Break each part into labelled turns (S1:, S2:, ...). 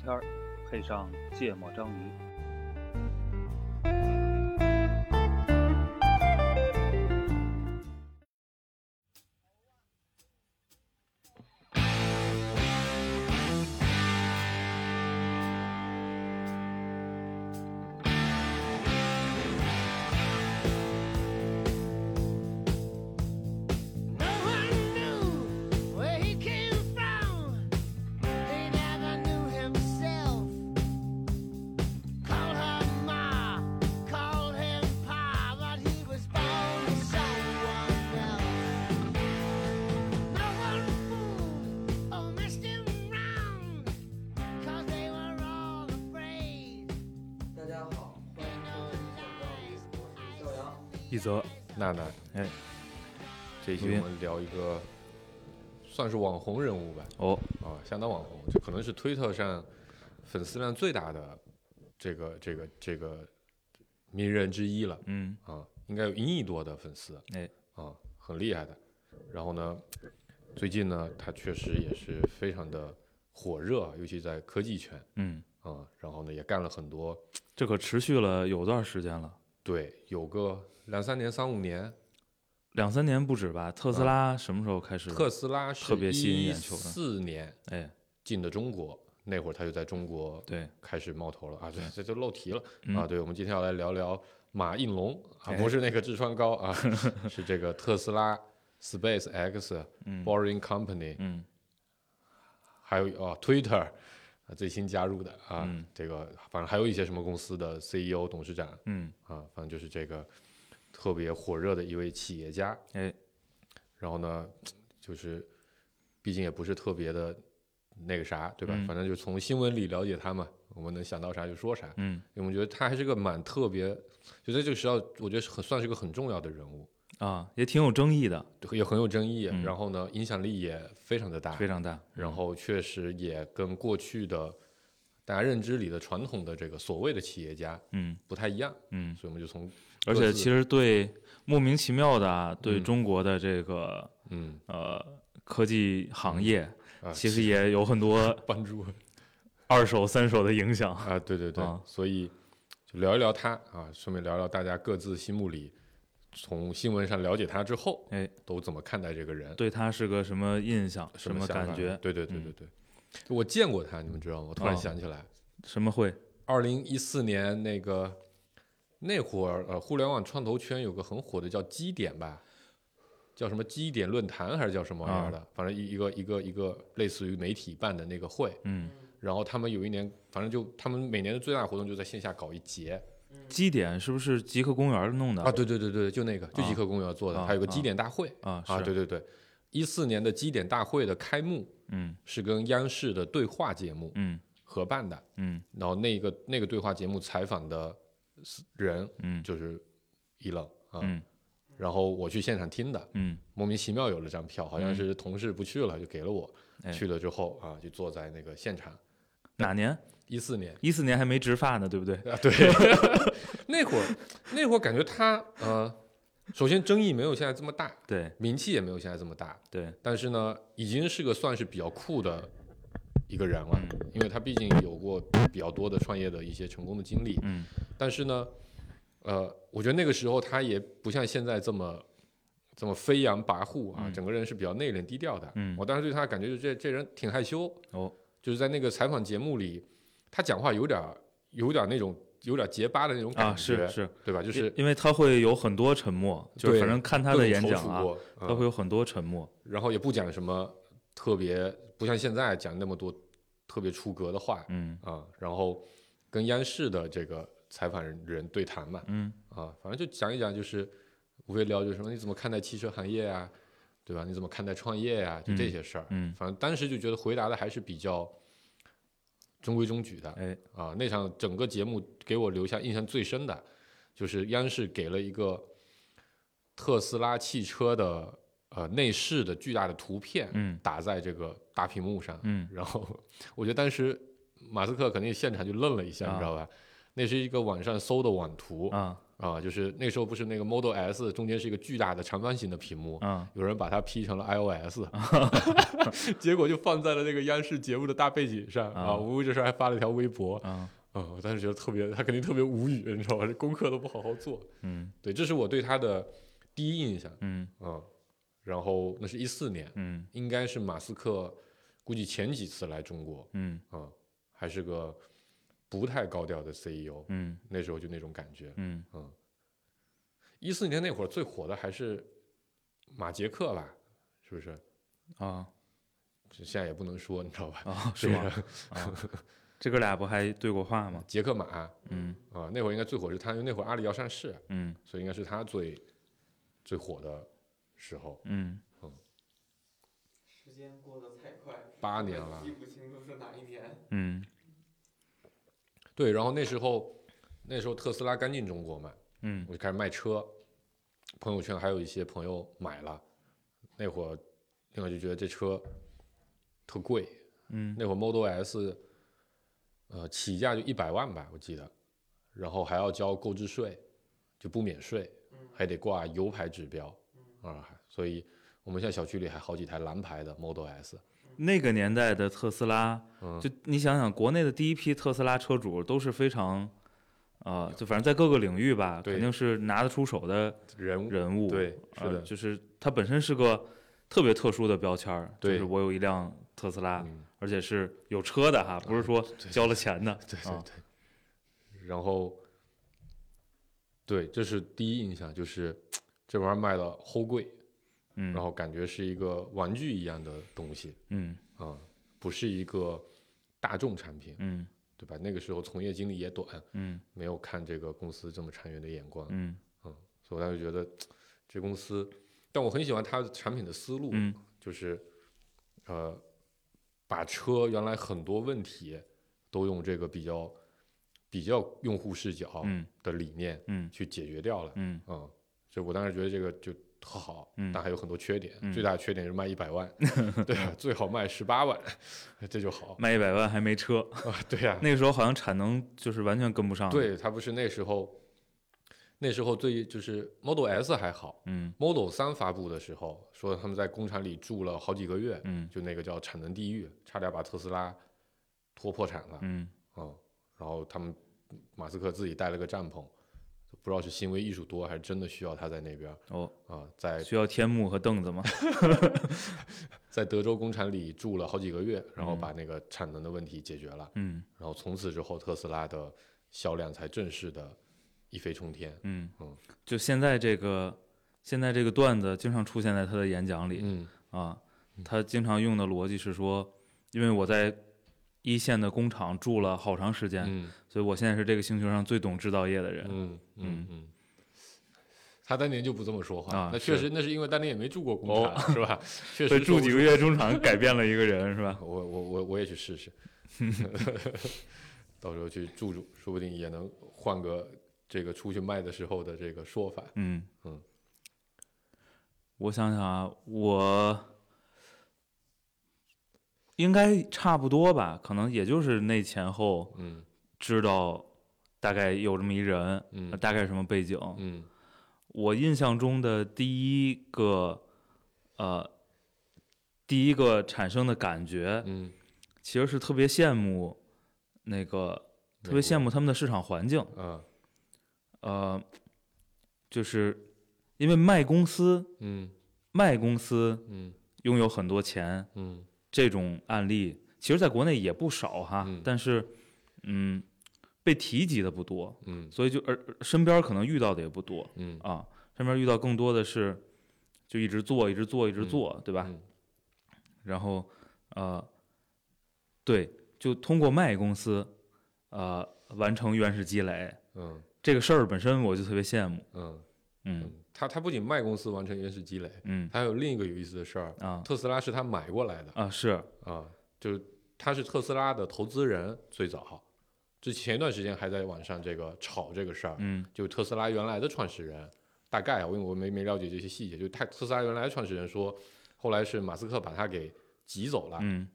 S1: 片儿，配上芥末章鱼。
S2: No one knew where he came from. He never knew himself. Called her Ma, called him Pa, but he was born to someone else. No one fooled or messed him round, 'cause they were all afraid.
S3: 大家好，欢迎收听本档我是肖阳。
S4: 一则
S5: 娜娜，
S4: 哎，
S5: 这一期
S4: 录音
S5: 我们聊一个算是网红人物吧，
S4: 哦，
S5: 啊，相当网红，这可能是推特上粉丝量最大的这个这个这个名人之一了
S4: 嗯，
S5: 啊，应该有一亿多的粉丝
S4: 哎，
S5: 啊，很厉害的。然后呢，最近呢，他确实也是非常的火热，尤其在科技圈
S4: 嗯，
S5: 啊，然后呢，也干了很多，
S4: 这可持续了有段时间了，
S5: 对，有个两三年、三五年，
S4: 两三年不止吧？特斯拉什么时候开始？
S5: 啊特斯拉是
S4: 特别吸引
S5: 一
S4: 眼球的
S5: 四年。
S4: 哎，
S5: 进的中国，那会儿他就在中国
S4: 对，嗯
S5: 开始冒头了啊！对，这就漏题了、啊！对，我们今天要来聊聊马应龙啊，
S4: 哎
S5: 不是那个痔 疮膏啊，是这个特斯拉、Space X、Boring Company，
S4: 嗯，
S5: 还有啊 Twitter 啊最新加入的啊，这个反正还有一些什么公司的 CEO、董事长
S4: 嗯，
S5: 啊，反正就是这个特别火热的一位企业家。
S4: 哎，
S5: 然后呢，就是毕竟也不是特别的那个啥，对吧？
S4: 嗯
S5: 反正就从新闻里了解他嘛，我们能想到啥就说啥。
S4: 嗯，
S5: 因为我觉得他还是个蛮特别，就在这个时候，我觉得是很算是个很重要的人物，
S4: 啊，也挺有争议的，
S5: 也很有争议。
S4: 嗯
S5: 然后呢，影响力也非常的大，
S4: 非常大。
S5: 然后确实也跟过去的大家认知里的传统的这个所谓的企业家
S4: 嗯
S5: 不太一样，
S4: 嗯，
S5: 所以我们就从
S4: 而且其
S5: 实
S4: 实对莫名其妙的啊，对
S5: 啊嗯
S4: 中国的这个
S5: 嗯
S4: 呃科技行业，
S5: 啊，
S4: 其实也有很 多
S5: 帮助。
S4: 二手、三手的影响。
S5: 啊，对对对，
S4: 啊
S5: 所以就聊一聊他啊，顺便聊聊大家各自心目里从新闻上了解他之后
S4: 哎，
S5: 都怎么看待这个人，
S4: 对他是个什么印象？
S5: 什
S4: 么
S5: 想法
S4: 感觉？
S5: 对对对对
S4: 嗯
S5: 对，我见过他，你们知道吗？我突然
S4: 哦
S5: 想起来，
S4: 什么会？
S5: 二零一四年那个那会儿，呃，互联网创投圈有个很火的叫基点吧。叫什么基点论坛还是叫什么玩意儿的？
S4: 啊
S5: 反正一一个一个一个类似于媒体办的那个会，
S4: 嗯，
S5: 然后他们有一年，反正就他们每年的最大活动就在线下搞一节，
S4: 基点是不是极客公园弄的？
S5: 啊，对对对对，就那个，就
S4: 啊
S5: 极客公园做的，
S4: 啊
S5: 还有个
S4: 啊
S5: 基点大会
S4: 啊
S5: 啊，
S4: 是
S5: 对对对，一四年的基点大会的开幕
S4: 嗯
S5: 是跟央视的对话节目
S4: 嗯
S5: 合办的，
S4: 嗯
S5: 然后那个那个对话节目采访的人
S4: 嗯
S5: 就是伊冷啊，
S4: 嗯
S5: 然后我去现场听的，
S4: 嗯
S5: 莫名其妙有了张票，好像是同事不去了就给了我，
S4: 哎
S5: 去了之后啊就坐在那个现场，
S4: 哪年？
S5: 一四年
S4: 一四年还没植发呢，对不对？
S5: 啊，对，那会儿那会儿感觉他呃，首先争议没有现在这么大。
S4: 对
S5: 名气也没有现在这么大，
S4: 对，
S5: 但是呢，已经是个算是比较酷的一个人了，
S4: 嗯
S5: 因为他毕竟有过比较多的创业的一些成功的经历。
S4: 嗯，
S5: 但是呢，呃，我觉得那个时候他也不像现在这么这么飞扬跋扈啊，整个人是比较内敛低调的。
S4: 嗯
S5: 我当时对他的感觉就是这这人挺害羞，
S4: 哦，
S5: 就是在那个采访节目里，他讲话有点儿有点儿那种有点儿结巴的那种感觉，
S4: 啊是是，
S5: 对吧？就是
S4: 因因为他会有很多沉默，就是
S5: 对
S4: 反正看他
S5: 各
S4: 的
S5: 种
S4: 演
S5: 踌
S4: 讲
S5: 躇
S4: 啊，
S5: 过嗯
S4: 他会有很多沉默。
S5: 然后也不讲什么特别，不像现在讲那么多特别出格的话
S4: 嗯
S5: 啊。然后跟央视的这个采访人对谈嘛，
S4: 嗯
S5: 啊，反正就讲一讲，就是无非聊就是什么你怎么看待汽车行业啊，对吧？你怎么看待创业啊？就这些事儿。
S4: 嗯，
S5: 反正当时就觉得回答的还是比较中规中矩的
S4: 哎
S5: 啊。那场整个节目给我留下印象最深的，就是央视给了一个特斯拉汽车的呃内饰的巨大的图片，
S4: 嗯
S5: 打在这个大屏幕上，
S4: 嗯
S5: 然后我觉得当时马斯克肯定现场就愣了一下，
S4: 啊
S5: 你知道吧？那是一个网上搜的网图，
S4: 啊
S5: 啊，就是那时候不是那个 Model S 中间是一个巨大的长方形的屏幕，
S4: 嗯，
S5: 有人把它 P 成了 iOS，结 果就放在了那个央视节目的大背景上啊。
S4: 啊
S5: 无为这事儿还发了一条微博，
S4: 嗯
S5: 啊，我当时觉得特别，他肯定特别无语，你知道吧？这功课都不好好做。
S4: 嗯
S5: 对，这是我对他的第一印象
S4: 嗯
S5: 啊。然后那是一四年，
S4: 嗯
S5: 应该是马斯克估计前几次来中国
S4: 嗯
S5: 啊，还是个不太高调的 CEO，
S4: 嗯
S5: 那时候就那种感觉。
S4: 嗯
S5: 一四年那会儿最火的还是马杰克吧，是不是？
S4: 啊
S5: 这现在也不能说，你知道吧？
S4: 啊，是吗？
S5: 这个？
S4: 啊，这哥俩不还对过话吗？
S5: 杰克马啊、
S4: 嗯
S5: 那会儿应该最火是他，因为那会儿阿里要上市，
S4: 嗯
S5: 所以应该是他最最火的时候。
S4: 嗯，
S3: 时间过得太快，
S5: 八年了
S3: 记，不清楚是哪一年。
S4: 嗯
S5: 对，然后那时候那时候特斯拉刚进中国嘛，
S4: 嗯
S5: 我就开始卖车，朋友圈还有一些朋友买了，那会儿那会儿就觉得这车特贵，
S4: 嗯
S5: 那会儿 Model S，呃，起价就一百万吧，我记得，然后还要交购置税，就不免税，
S3: 嗯
S5: 还得挂油牌指标啊、所以我们现在小区里还好几台蓝牌的 Model S，
S4: 那个年代的特斯拉，
S5: 嗯
S4: 就你想想，国内的第一批特斯拉车主都是非常，呃，就反正在各个领域吧，
S5: 对
S4: 肯定是拿得出手的
S5: 人啊
S4: 人物。
S5: 对是
S4: 呃
S5: 的
S4: 就是它本身是个特别特殊的标签儿，就
S5: 对
S4: 是我有一辆特斯拉，
S5: 嗯啊
S4: 而且是有车的哈，不是说
S5: 对
S4: 交了钱的。
S5: 对对
S4: 啊
S5: 对，然后，对，这是第一印象，就是这玩意儿卖的齁贵，
S4: 嗯，
S5: 然后感觉是一个玩具一样的东西
S4: 嗯
S5: 啊、不是一个大众产品，
S4: 嗯
S5: 对吧？那个时候从业经历也短，
S4: 嗯
S5: 没有看这个公司这么长远的眼光，
S4: 嗯
S5: 所以我当时觉得这公司，但我很喜欢它的产品的思路，
S4: 嗯
S5: 就是呃，把车原来很多问题都用这个比较比较用户视角
S4: 嗯
S5: 的理念
S4: 嗯
S5: 去解决掉了，
S4: 嗯
S5: 嗯，所以我当时觉得这个就特好，
S4: 嗯
S5: 但还有很多缺点，
S4: 嗯
S5: 最大的缺点是卖一 百万，对啊，最好卖十八万， 这就好，
S4: 卖一百万还没车，
S5: 对呀、
S4: 那个时候好像产能就是完全跟不上。，
S5: 对，它不是那时候。那时候最就是 Model S 还好，
S4: 嗯
S5: Model 三发布的时候，说他们在工厂里住了好几个月，
S4: 嗯
S5: 就那个叫产能地狱，差点把特斯拉拖破产了。
S4: 嗯
S5: 嗯，然后他们马斯克自己带了个帐篷，不知道是行为艺术多还是真的需要他在那边啊、
S4: 哦，
S5: 在
S4: 需要天幕和凳子吗？
S5: 在德州工厂里住了好几个月，然后把那个产能的问题解决了，
S4: 嗯
S5: 然后从此之后特斯拉的销量才正式的一飞冲天。
S4: 嗯
S5: 嗯，
S4: 就现在这个现在这个段子经常出现在他的演讲里。
S5: 嗯
S4: 啊，他经常用的逻辑是说，因为我在一线的工厂住了好长时间，
S5: 嗯
S4: 所以我现在是这个星球上最懂制造业的人。
S5: 嗯嗯嗯，他当年就不这么说话，
S4: 啊
S5: 那确
S4: 是
S5: 实那是因为当年也没住过工厂，是 吧？确
S4: 所
S5: 实
S4: 以住
S5: 说
S4: 几个月中场改变了一个人，是 吧？
S5: 不， 我我我我也去试试， 到时候去住住，说不定也能换个这个出去卖的时候的这个说法。
S4: 嗯
S5: 嗯，
S4: 我想想啊，我应该差不多吧，可能也就是那前后
S5: 嗯
S4: 知道大概有这么一人，
S5: 嗯
S4: 大概什么背景，
S5: 嗯
S4: 我印象中的第一个，呃，第一个产生的感觉，
S5: 嗯，
S4: 其实是特别羡慕那个，特别羡慕他们的市场环境。
S5: 啊，
S4: 呃，就是因为卖公司，
S5: 嗯
S4: 卖公司
S5: 嗯
S4: 拥有很多钱
S5: 嗯
S4: 这种案例，其实在国内也不少哈，
S5: 嗯
S4: 但是，嗯，被提及的不多，
S5: 嗯
S4: 所以就而而身边可能遇到的也不多。
S5: 嗯
S4: 啊，上面遇到更多的是就一直做，一直做，一直
S5: 嗯
S4: 做，对吧？
S5: 嗯
S4: 然后呃，对，就通过卖公司呃完成原始积累
S5: 嗯
S4: 这个事儿本身，我就特别羡慕。
S5: 嗯
S4: 嗯
S5: 嗯，他他不仅卖公司完成原始积累，
S4: 嗯
S5: 他还有另一个有意思的事儿，
S4: 啊
S5: 特斯拉是他买过来的
S4: 啊是
S5: 啊，就是他是特斯拉的投资人，最早。就前一段时间还在网上这个炒这个事儿，
S4: 嗯
S5: 就特斯拉原来的创始人，大概啊，因为我没没了解这些细节，就他特斯拉原来的创始人说，后来是马斯克把他给挤走了，然
S4: 嗯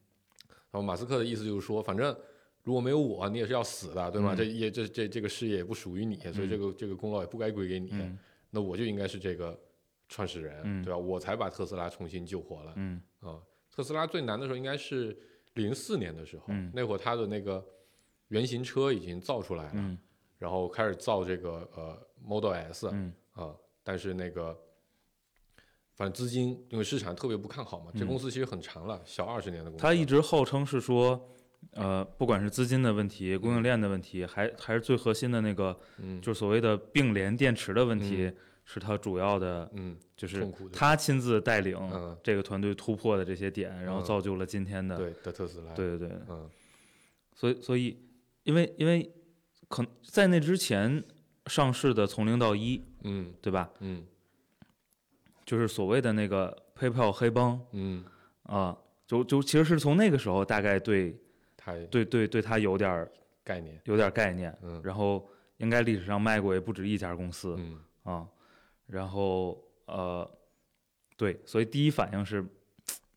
S5: 后马斯克的意思就是说，反正。如果没有我，你也是要死的，对吗？
S4: 嗯
S5: 这也这这这个事业也不属于你，所以这个这个功劳也不该归给你。
S4: 嗯
S5: 那我就应该是这个创始人，
S4: 嗯
S5: 对吧？我才把特斯拉重新救活了。
S4: 嗯
S5: 啊，特斯拉最难的时候应该是零四年的时候，
S4: 嗯
S5: 那会儿它的那个原型车已经造出来了，
S4: 嗯
S5: 然后开始造这个呃 Model S 啊、
S4: 嗯
S5: 但是那个反正资金因为市场特别不看好嘛，这
S4: 嗯
S5: 公司其实很长了，小二十年的公司，
S4: 他一直号称是说，呃，不管是资金的问题、供应链的问题，还还是最核心的那个，
S5: 嗯
S4: 就是所谓的并联电池的问题，是他主要的，
S5: 嗯
S4: 就是
S5: 痛苦的
S4: 他亲自带领
S5: 嗯
S4: 这个团队突破的这些点，然后
S5: 嗯
S4: 造就了今天的。
S5: 对的特斯拉，
S4: 对对对，
S5: 嗯
S4: 所以所以，因为因为可能在那之前上市的从零到一，
S5: 嗯
S4: 对吧？
S5: 嗯
S4: 就是所谓的那个 PayPal 黑帮
S5: 嗯，
S4: 啊，就就其实是从那个时候大概对
S5: 它
S4: 对对对他有点儿
S5: 概念，
S4: 有点儿概念，
S5: 嗯
S4: 然后应该历史上卖过也不止一家公司
S5: 嗯
S4: 啊，然后呃，对，所以第一反应是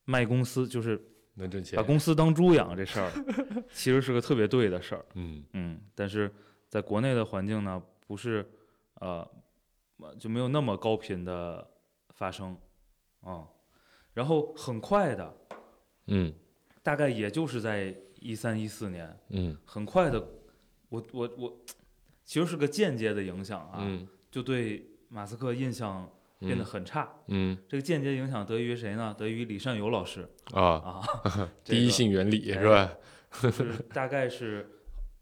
S4: 卖公司，就是
S5: 能挣钱
S4: 把，公司当猪养这事儿，其实是个特别对的事儿，
S5: 嗯
S4: 嗯，但是在国内的环境呢，不是呃就没有那么高频的发生啊，然后很快的，
S5: 嗯
S4: 大概也就是在一三一四年，
S5: 嗯
S4: 很快的，我我我，其实是个间接的影响啊，
S5: 嗯
S4: 就对马斯克印象变得很差。
S5: 嗯
S4: 这个间接影响得益于谁呢？得益于李善友老师
S5: 啊，
S4: 啊，这
S5: 第一
S4: 个
S5: 性原理
S4: 哎
S5: 是吧？
S4: 就 是大概是，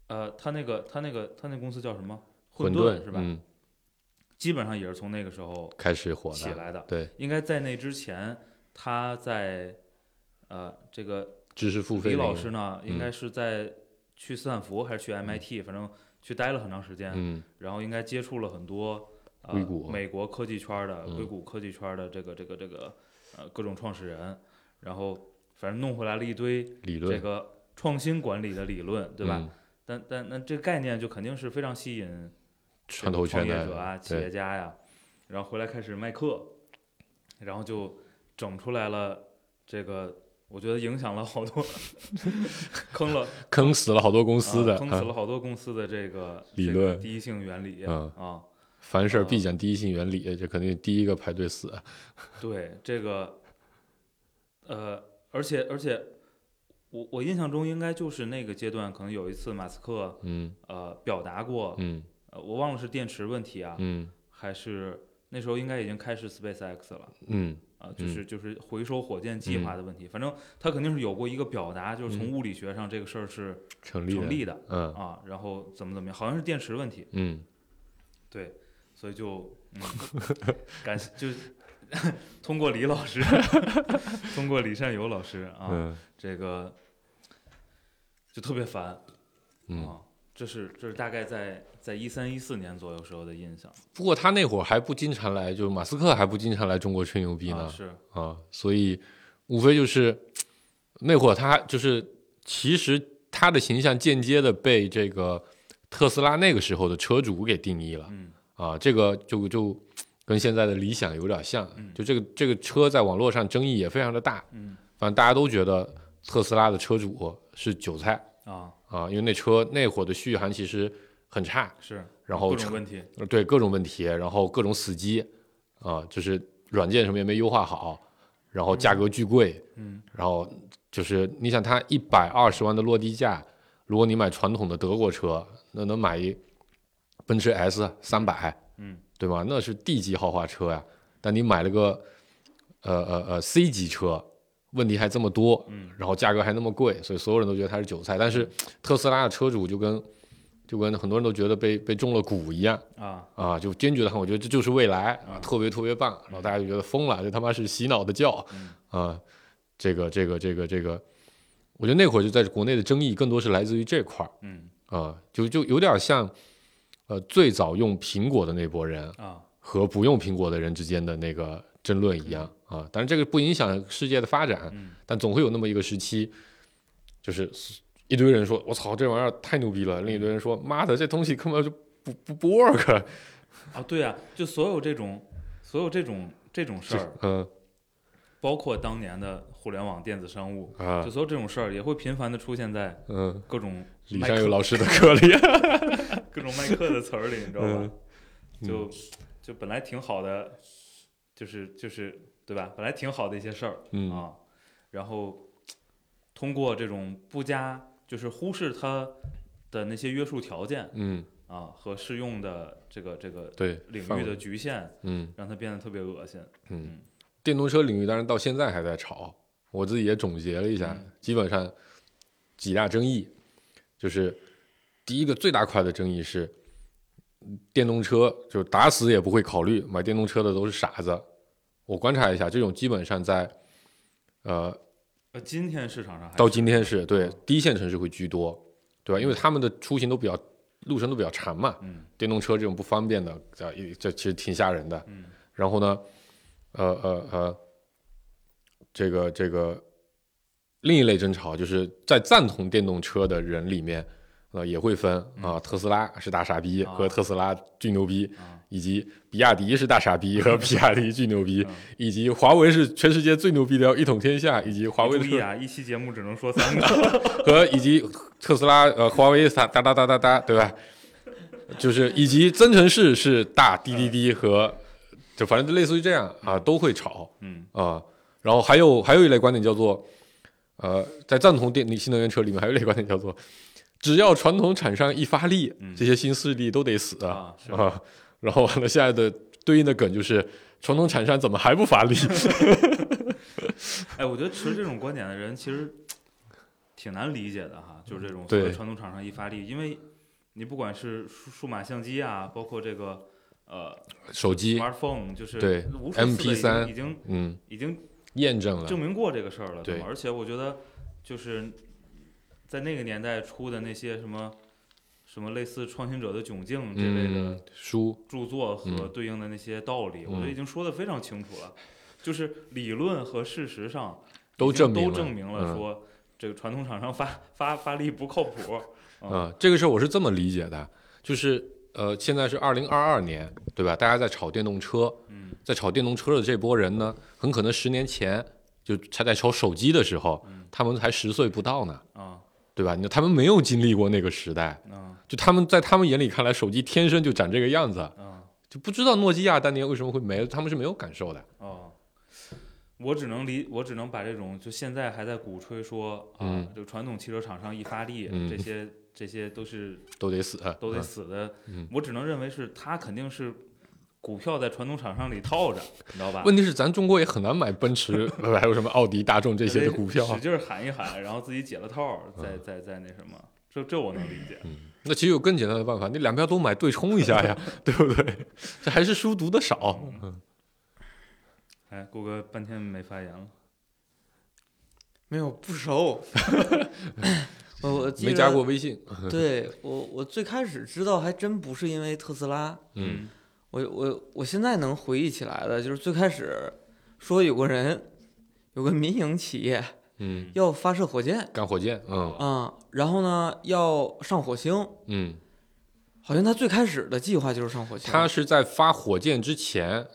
S4: 呃，他那个他那个他那公司叫什么？
S5: 混
S4: 沌
S5: 沌
S4: 是吧？
S5: 嗯，
S4: 基本上也是从那个时候
S5: 开始火
S4: 起
S5: 的，
S4: 来的。
S5: 对，
S4: 应该在那之前，他在呃这个
S5: 知识付费
S4: 李
S5: 那
S4: 老
S5: 个嗯
S4: 师，呢，应该是在去斯坦福还是去 MIT，、反正去待了很长时间，
S5: 嗯
S4: 然后应该接触了很多呃
S5: 硅谷
S4: 美国科技圈儿的
S5: 嗯
S4: 硅谷科技圈儿的这个这个这个呃各种创始人，然后反正弄回来了一堆
S5: 理论
S4: 这个创新管理的理论，对吧？
S5: 嗯
S4: 但但那这个概念就肯定是非常吸引这
S5: 创
S4: 个
S5: 投圈
S4: 创业
S5: 的
S4: 者啊、企
S5: 对
S4: 业家呀、然后回来开始卖课，然后就整出来了这个，我觉得影响了好多， 坑 了
S5: 坑死了好多公司的，
S4: 啊坑死
S5: 啊
S4: 了好多公司的这个
S5: 理
S4: 这个
S5: 论
S4: 第一性原理
S5: 嗯
S4: 啊，
S5: 凡事必讲第一性原理，这肯定第一个排队死，啊
S4: 对这个，呃，而且而且，我我印象中应该就是那个阶段，可能有一次马斯克
S5: 嗯
S4: 呃表达过，
S5: 嗯
S4: 呃，我忘了是电池问题啊，
S5: 嗯
S4: 还是那时候应该已经开始 SpaceX 了。
S5: 嗯
S4: 啊，就是就是回收火箭计划
S5: 嗯
S4: 的问题，反正他肯定是有过一个表达，就是从
S5: 嗯
S4: 物理学上这个事儿是
S5: 成立
S4: 成
S5: 的，
S4: 立的
S5: 嗯
S4: 啊，然后怎么怎么样，好像是电池问题，
S5: 嗯
S4: 对，所以就嗯， 感谢就通过李老师， 通过李善友老师啊，
S5: 嗯
S4: 这个就特别烦啊，
S5: 嗯。
S4: 这是这是大概在在一三一四年左右时候的印象
S5: 不过他那会儿还不经常来，就是马斯克还不经常来中国吹牛逼
S4: 啊，
S5: 呢
S4: 是
S5: 啊，所以无非就是那会儿他就是其实他的形象间接的被这个特斯拉那个时候的车主给定义了。
S4: 嗯
S5: 啊，这个就就跟现在的理想有点像，
S4: 嗯
S5: 就这个这个车在网络上争议也非常的大，
S4: 嗯
S5: 反正大家都觉得特斯拉的车主是韭菜
S4: 啊
S5: 啊，因为那车那会儿的续航其实很差，
S4: 是，
S5: 然后
S4: 各种
S5: 车
S4: 问题，
S5: 对各种问题，然后各种死机啊，就是软件什么也没优化好，然后价格巨贵，
S4: 嗯
S5: 然后就是你想它一百二十万的落地价，如果你买传统的德国车，那能买一奔驰 S 三百，
S4: 嗯，
S5: 对吧？那是 D 级豪华车呀、但你买了个呃呃呃 C 级车，问题还这么多，
S4: 嗯，
S5: 然后价格还那么贵，所以所有人都觉得它是韭菜。但是特斯拉的车主就跟就跟很多人都觉得被被中了蛊一样，
S4: 啊
S5: 啊，就坚决的很，我觉得这就是未来啊，特别特别棒。然后大家就觉得疯了，这他妈是洗脑的教
S4: 嗯
S5: 啊！这个这个这个这个，我觉得那会儿就在国内的争议更多是来自于这块儿
S4: 嗯
S5: 啊，就就有点像呃最早用苹果的那波人
S4: 啊
S5: 和不用苹果的人之间的那个争论一样啊。当然这个不影响世界的发展，
S4: 嗯
S5: 但总会有那么一个时期，就是一堆人说我操这玩意儿太牛逼了，另一堆人说妈的这东西根本就不不不 work，
S4: 啊，对啊，就所有这种，所有这种这种事
S5: 就
S4: 儿，
S5: 嗯。
S4: 包括当年的互联网电子商务，
S5: 啊
S4: 就，所有这种事儿也会频繁的出现在
S5: 嗯，
S4: 各种
S5: 李
S4: 卖
S5: 善
S4: 课
S5: 友老师的课里，
S4: 各种卖课的词儿里，你知道吧？
S5: 嗯
S4: 就就本来挺好的，就是就是对吧？本来挺好的一些事儿
S5: 嗯
S4: 啊，然后通过这种不加就是忽视它的那些约束条件
S5: 嗯，
S4: 啊和适用的这个这个
S5: 对，
S4: 领
S5: 范
S4: 域
S5: 围
S4: 的，局限，
S5: 嗯
S4: 让它变得特别恶心。
S5: 嗯，电动车领域，当然到现在还在吵，我自己也总结了一下，
S4: 嗯
S5: 基本上几大争议，就是第一个最大块的争议是。电动车就打死也不会考虑买电动车的都是傻子。我观察一下，这种基本上在，呃，
S4: 呃，今天市场上还
S5: 到
S4: 是
S5: 今天是对第一线城市会居多，对吧？因为他们的出行都比较路程都比较长嘛，
S4: 嗯
S5: 电动车这种不方便的，这这其实挺吓人的。
S4: 嗯
S5: 然后呢，呃呃呃，这个这个另一类争吵就是在赞同电动车的人里面，呃，也会分啊、特斯拉是大傻逼
S4: 嗯啊
S5: 和特斯拉巨牛逼，
S4: 啊
S5: 以及比亚迪是大傻逼和比亚迪巨牛逼
S4: 嗯，
S5: 以及华为是全世界最牛逼的要一统天下，以及华为
S4: 注
S5: 的
S4: 意啊，一期节目只能说三个。
S5: 和以及特斯拉、呃华为哒哒哒哒哒哒，对吧？就是以及增程式是大滴滴滴和，就反正就类似于这样啊，都会吵
S4: 嗯
S5: 啊。然后还有还有一类观点叫做，呃，在赞同电力新能源车里面还有一类观点叫做，只要传统厂商一发力，
S4: 嗯
S5: 这些新势力都得死
S4: 啊 是
S5: 啊。然后完了，下一的对应的梗就是传统厂商怎么还 不发力？
S4: 哎，我觉得持这种观点的人其实挺难理解的哈，就是这种所谓
S5: 对
S4: 传统厂商一发力，因为你不管是数数码相机啊，包括这个呃
S5: 手机，
S4: smartphone，就是
S5: 对
S4: 无数次的已经
S5: MP3
S4: 已经
S5: 嗯，
S4: 已经
S5: 验证了，
S4: 证明过这个事儿了，
S5: 对
S4: 吧而且我觉得就是在那个年代出的那些什么什么类似《创新者的窘境》这类的
S5: 嗯，书，
S4: 著作和
S5: 嗯
S4: 对应的那些道理，我觉得
S5: 嗯
S4: 已经说的非常清楚了，就是理论和事实上
S5: 都
S4: 已经
S5: 证明
S4: 都
S5: 了
S4: 证明了
S5: 嗯
S4: 说、这个传统厂商发发发力不靠谱，
S5: 啊、这个事儿我是这么理解的，就是呃，现在是二零二二年，对吧？大家在炒电动车，
S4: 嗯
S5: 在炒电动车的这波人呢，很可能十年前就才在炒手机的时候
S4: 嗯，
S5: 他们才十岁不到呢，
S4: 啊
S5: 对吧？你他们没有经历过那个时代，
S4: 啊
S5: 就他们在他们眼里看来，手机天生就长这个样子，
S4: 啊
S5: 就不知道诺基亚当年为什么会没，他们是没有感受的。
S4: 哦，我只能理我只能把这种就现在还在鼓吹说啊、
S5: 嗯
S4: 这个传统汽车厂商一发力，
S5: 嗯
S4: 这些这些都是
S5: 都得死，
S4: 都得
S5: 嗯
S4: 死的，
S5: 嗯
S4: 我只能认为是他肯定是股票在传统厂商里套着，你知道吧？
S5: 问题是，咱中国也很难买奔驰， 还有什么奥迪、大众这些的股票。啊嗯
S4: 使劲儿喊一喊，然后自己解了套儿，再再再那什么，这这我能理解。
S5: 那其实有更简单的办法，你两票都买对冲一 下呀，对不对？这还是书读的少。
S6: 嗯
S4: 哎，顾哥半天没发言了，
S6: 没有不 熟。我我记
S5: 没
S6: 着
S5: 加过微信，
S6: 对我我最开始知道还真不是因为特斯拉，
S5: 嗯
S6: 我我我现在能回忆起来的就是最开始说有个人有个民营企业
S5: 嗯，
S6: 要发射火箭
S5: 干火箭，嗯
S6: 啊、然后呢要上火星，
S5: 嗯，
S6: 好像他最开始的计划就是上火星。
S5: 他是在发火箭之前，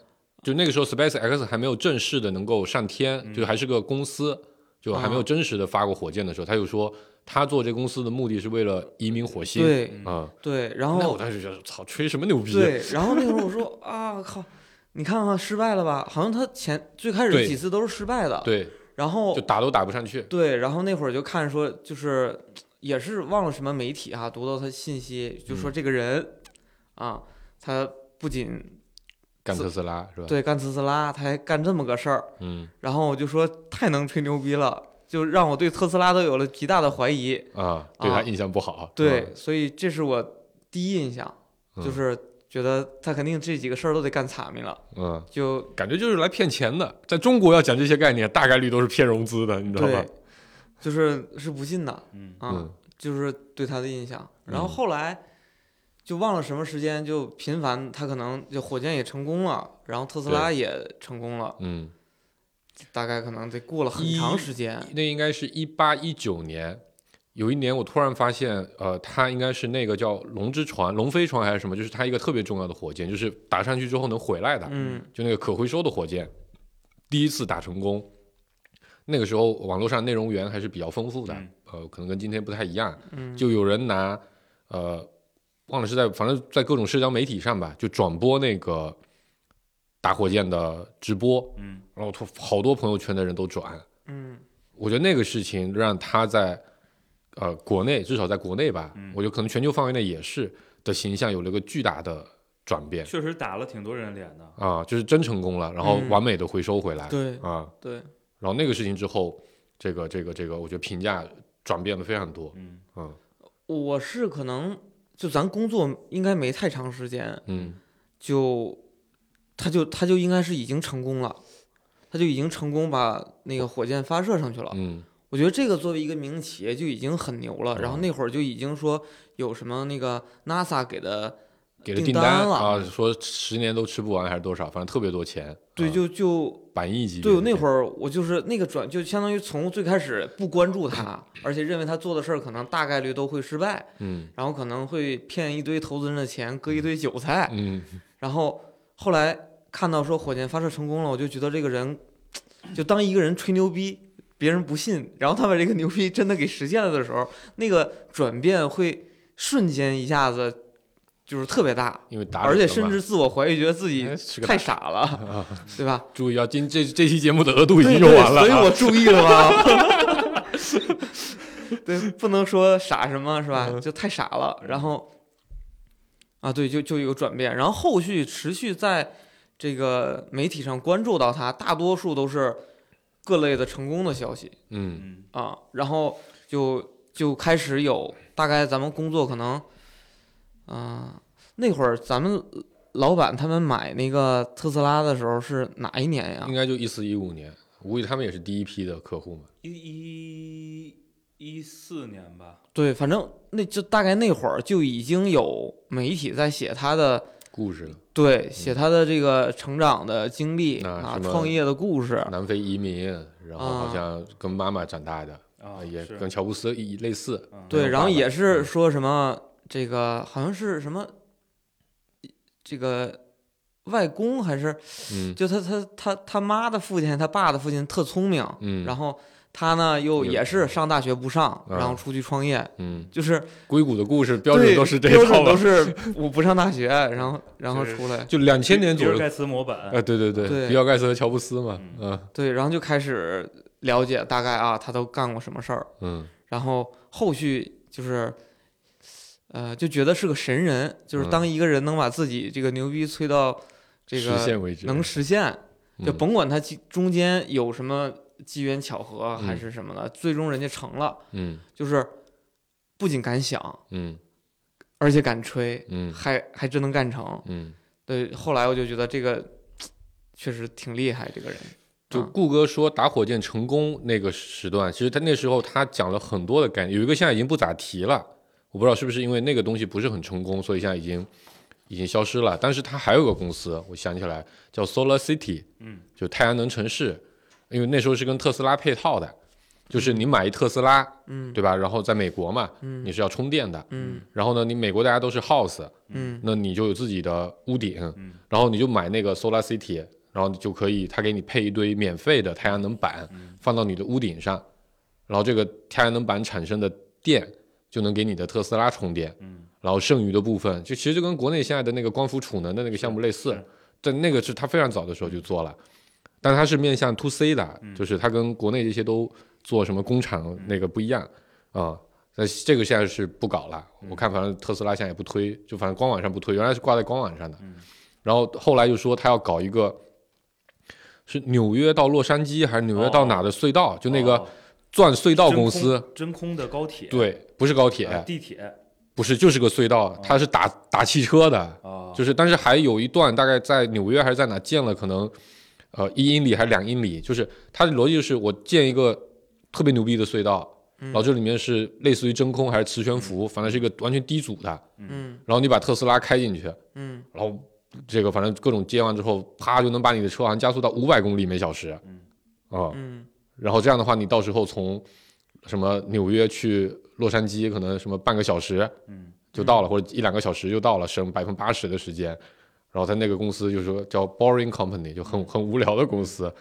S5: 就那个时候 SpaceX 还没有正式的能够上
S6: 嗯
S5: 天，就还是个公司，就还没
S6: 哦
S5: 有真实的发过火箭的时候，他就说他做这公司的目的是为了移民火星。
S6: 对
S5: 啊，
S6: 对，然
S5: 那我
S6: 后
S5: 当时觉得，操，吹什么牛逼？
S6: 对，然后那会儿我说啊靠，你看看失败了吧？好像他前最开始
S5: 对
S6: 几次都是失败的。
S5: 啊对，
S6: 然后
S5: 就打都打不上去。
S6: 对，然后那会儿就看说，就是也是忘了什么媒体啊，读到他信息，就
S5: 嗯
S6: 说这个人、啊，他不仅
S5: 干特斯拉是吧？，
S6: 对干特斯拉，他还干这么个事儿，
S5: 嗯
S6: 然后我就说太能吹牛逼了，就让我对特斯拉都有了极大的怀疑。
S5: 啊，对他
S6: 啊
S5: 印象不好。
S6: 对，
S5: 嗯，
S6: 所以这是我第一印象，就
S5: 嗯
S6: 是觉得他肯定这几个事儿都得干惨没了，
S5: 嗯。
S6: 就
S5: 感觉就是来骗钱的。在中国要讲这些概念，大概率都是骗融资的，你知道吧
S6: 对？，就是是不信的
S4: 嗯
S6: 啊。
S5: 嗯
S6: 就是对他的印象。然后
S5: 嗯
S6: 后来就忘了什么时间，就频繁他可能就火箭也成功了，然后特斯拉也成功了，
S5: 嗯，
S6: 大概可能得过了很
S5: 一
S6: 长时间。
S5: 那应该是一八一九年，有一年我突然发现，呃，它应该是那个叫“龙之船”、“龙飞船”还是什么，就是它一个特别重要的火箭，就是打上去之后能回来的，
S6: 嗯
S5: 就那个可回收的火箭，第一次打成功，那个时候网络上内容源还是比较丰富的，
S4: 嗯
S5: 呃，可能跟今天不太一样，
S6: 嗯，
S5: 就有人拿呃，忘了是在反正在各种社交媒体上吧，就转播那个打火箭的直播，
S4: 嗯
S5: 然后突好多朋友圈的人都转，
S6: 嗯
S5: 我觉得那个事情让他在呃国内，至少在国内吧，
S4: 嗯
S5: 我觉得可能全球范围内也是的形象有了一个巨大的转变
S4: 确实打了挺多人脸的。
S5: 啊、就是真成功了，然后
S6: 嗯
S5: 完美的回收回来，
S6: 对
S5: 啊，
S6: 对，
S5: 然后那个事情之后，这个这个这个，我觉得评价转变了非常多，
S4: 嗯
S5: 嗯
S6: 我是可能就咱工作应该没太长时间，
S5: 嗯
S6: 就他就他就应该是已经成功了，他就已经成功把那个火箭发射上去了。
S5: 嗯
S6: 我觉得这个作为一个民营企业就已经很牛了。然后那会儿就已经说有什么那个 NASA 给的，
S5: 给了
S6: 订
S5: 单
S6: 单了
S5: 啊，说十年都吃不完还是多少，反正特别多钱，
S6: 对，
S5: 啊
S6: 就就
S5: 百亿级别
S6: 对
S5: 的
S6: 那
S5: 钱，
S6: 会儿我就是那个转，就相当于从最开始不关注他，而且认为他做的事儿可能大概率都会失败，
S5: 嗯
S6: 然后可能会骗一堆投资人的钱，割一堆韭菜。
S5: 嗯
S6: 然后后来看到说火箭发射成功了，我就觉得这个人，就当一个人吹牛逼，别人不信，然后他把这个牛逼真的给实现了的时候，那个转变会瞬间一下子就是特别大，
S5: 因为打脸
S6: 而且
S5: 了
S6: 甚
S5: 嘛
S6: 至自我怀疑，觉得自己
S5: 哎 是个
S6: 太傻了， 对吧？
S5: 注意啊，今这这期节目的额度已经
S6: 对
S5: 用
S6: 对
S5: 完了啊，
S6: 所以我注意了 嘛。对，不能说傻什么是吧？
S5: 嗯
S6: 就太傻了。然后啊，对，就就有转变。然后后续持续在这个媒体上关注到他，大多数都是各类的成功的消息
S5: 嗯。
S4: 嗯
S6: 啊。然后就就开始有大概咱们工作可能，啊、那会儿咱们老板他们买那个特斯拉的时候是哪一年呀
S5: 应？该就一四一五年，我估计他们也是第一批的客户嘛。
S4: 一一一四年吧，
S6: 对，反正那就大概那会儿就已经有媒体在写他的，
S5: 故事了，
S6: 对，写他的这个成长的经历
S5: 那
S6: 啊
S5: 嗯什，么
S6: 创业的故事，
S5: 南非移民，然后
S6: 啊
S5: 好像跟妈妈长大的，
S4: 啊
S5: 也
S4: 是
S5: 跟乔布斯一类似。
S4: 嗯
S6: 啊对，
S5: 有
S6: 然后
S5: 爸爸
S6: 也是
S5: 嗯
S6: 说什么这个好像是什么，这个外公还是
S5: 嗯
S6: 就他他他他妈的父亲，他爸的父亲特聪明，
S5: 嗯，
S6: 然后他呢又
S5: 有
S6: 也是上大学不上，然后
S5: 啊
S6: 出去创业，
S5: 嗯，
S6: 就是
S5: 硅谷的故事标准
S6: 对
S5: 都是这
S6: 标
S5: 一
S6: 准
S5: 套
S6: 都
S5: 吧？
S6: 是我不上大学，然后然后
S4: 是
S6: 出来。
S5: 就两千年
S4: 比
S5: 左
S4: 尔
S5: 右，
S4: 盖茨模板，
S5: 啊，对对
S6: 对
S5: 对，比尔盖茨和乔布斯嘛，嗯
S6: 对，然后就开始了解大概啊，他都干过什么事儿，
S5: 嗯
S6: 然后后续就是，呃，就觉得是个神人，就是
S5: 嗯
S6: 当一个人能把自己这个牛逼吹到这
S5: 实
S6: 个
S5: 现为止，
S6: 能实现，就
S5: 嗯
S6: 甭管他其中间有什么机缘巧合还
S5: 嗯
S6: 是什么的，最终人家成了，
S5: 嗯
S6: 就是不仅敢想，
S5: 嗯
S6: 而且敢吹，
S5: 嗯
S6: 还还真能干成。
S5: 嗯，
S6: 对，后来我就觉得这个确实挺厉害，这个人。
S5: 就
S6: 啊
S5: 顾哥说打火箭成功那个时段，其实他那时候他讲了很多的概念，有一个现在已经不咋提了，我不知道是不是因为那个东西不是很成功，所以现在已经已经消失了。但是他还有个公司，我想起来叫 Solar City，
S4: 嗯，
S5: 就太阳能城市，因为那时候是跟特斯拉配套的，就是你买一特斯拉，
S6: 嗯
S5: 对吧？然后在美国嘛，
S6: 嗯
S5: 你是要充电的，
S6: 嗯
S5: 然后呢，你美国大家都是 house，
S6: 嗯
S5: 那你就有自己的屋顶，
S4: 嗯
S5: 然后你就买那个 Solar City，然后你就可以，他给你配一堆免费的太阳能板，放到你的屋顶上，然后这个太阳能板产生的电就能给你的特斯拉充电，
S4: 嗯
S5: 然后剩余的部分就其实就跟国内现在的那个光伏储能的那个项目类似
S4: 是，
S5: 但那个是他非常早的时候就做了，但它是面向 to C 的，
S4: 嗯
S5: 就是它跟国内这些都做什么工厂那个不一样啊。那、这个现在是不搞了，
S4: 嗯
S5: 我看反正特斯拉现在也不推，就反正官网上不推，原来是挂在官网上的，
S4: 嗯
S5: 然后后来又说他要搞一个。是纽约到洛杉矶还是纽约到哪的隧道？就那个
S4: 哦
S5: 钻隧道公司，
S4: 真空真空的高铁，
S5: 对，不是高铁，
S4: 啊，地铁
S5: 不是，就是个隧道，它是打打汽车的，
S4: 啊，
S5: 就是但是还有一段大概在纽约还是在哪建了，可能呃一英里还是两英里，就是它的逻辑就是我建一个特别牛逼的隧道，然后这里面是类似于真空还是磁悬浮，反正是一个完全低阻的，
S6: 嗯
S5: 然后你把特斯拉开进去，
S6: 嗯
S5: 然后这个反正各种接完之后，啪就能把你的车好像加速到五百公里每小时，
S4: 嗯
S5: 啊、
S6: 嗯
S5: 然后这样的话，你到时候从什么纽约去洛杉矶，可能什么半个小时，
S4: 嗯，
S5: 就到了，或者一两个小时就到了，省百分之八
S4: 嗯
S5: 十的时间。然后他那个公司就是说叫 boring company，就很很无聊的公司，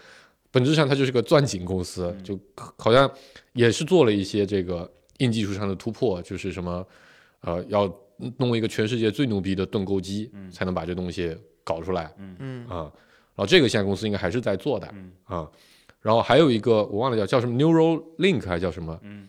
S5: 本质上它就是个钻井公司，
S4: 嗯
S5: 就好像也是做了一些这个硬技术上的突破，就是什么呃要弄一个全世界最牛逼的盾构机，
S4: 嗯
S5: 才能把这东西搞出来啊、
S6: 嗯
S5: 然后这个现在公司应该还是在做的啊、
S4: 嗯
S5: 然后还有一个我忘了叫叫什么 Neural Link 还是叫什么，
S4: 嗯，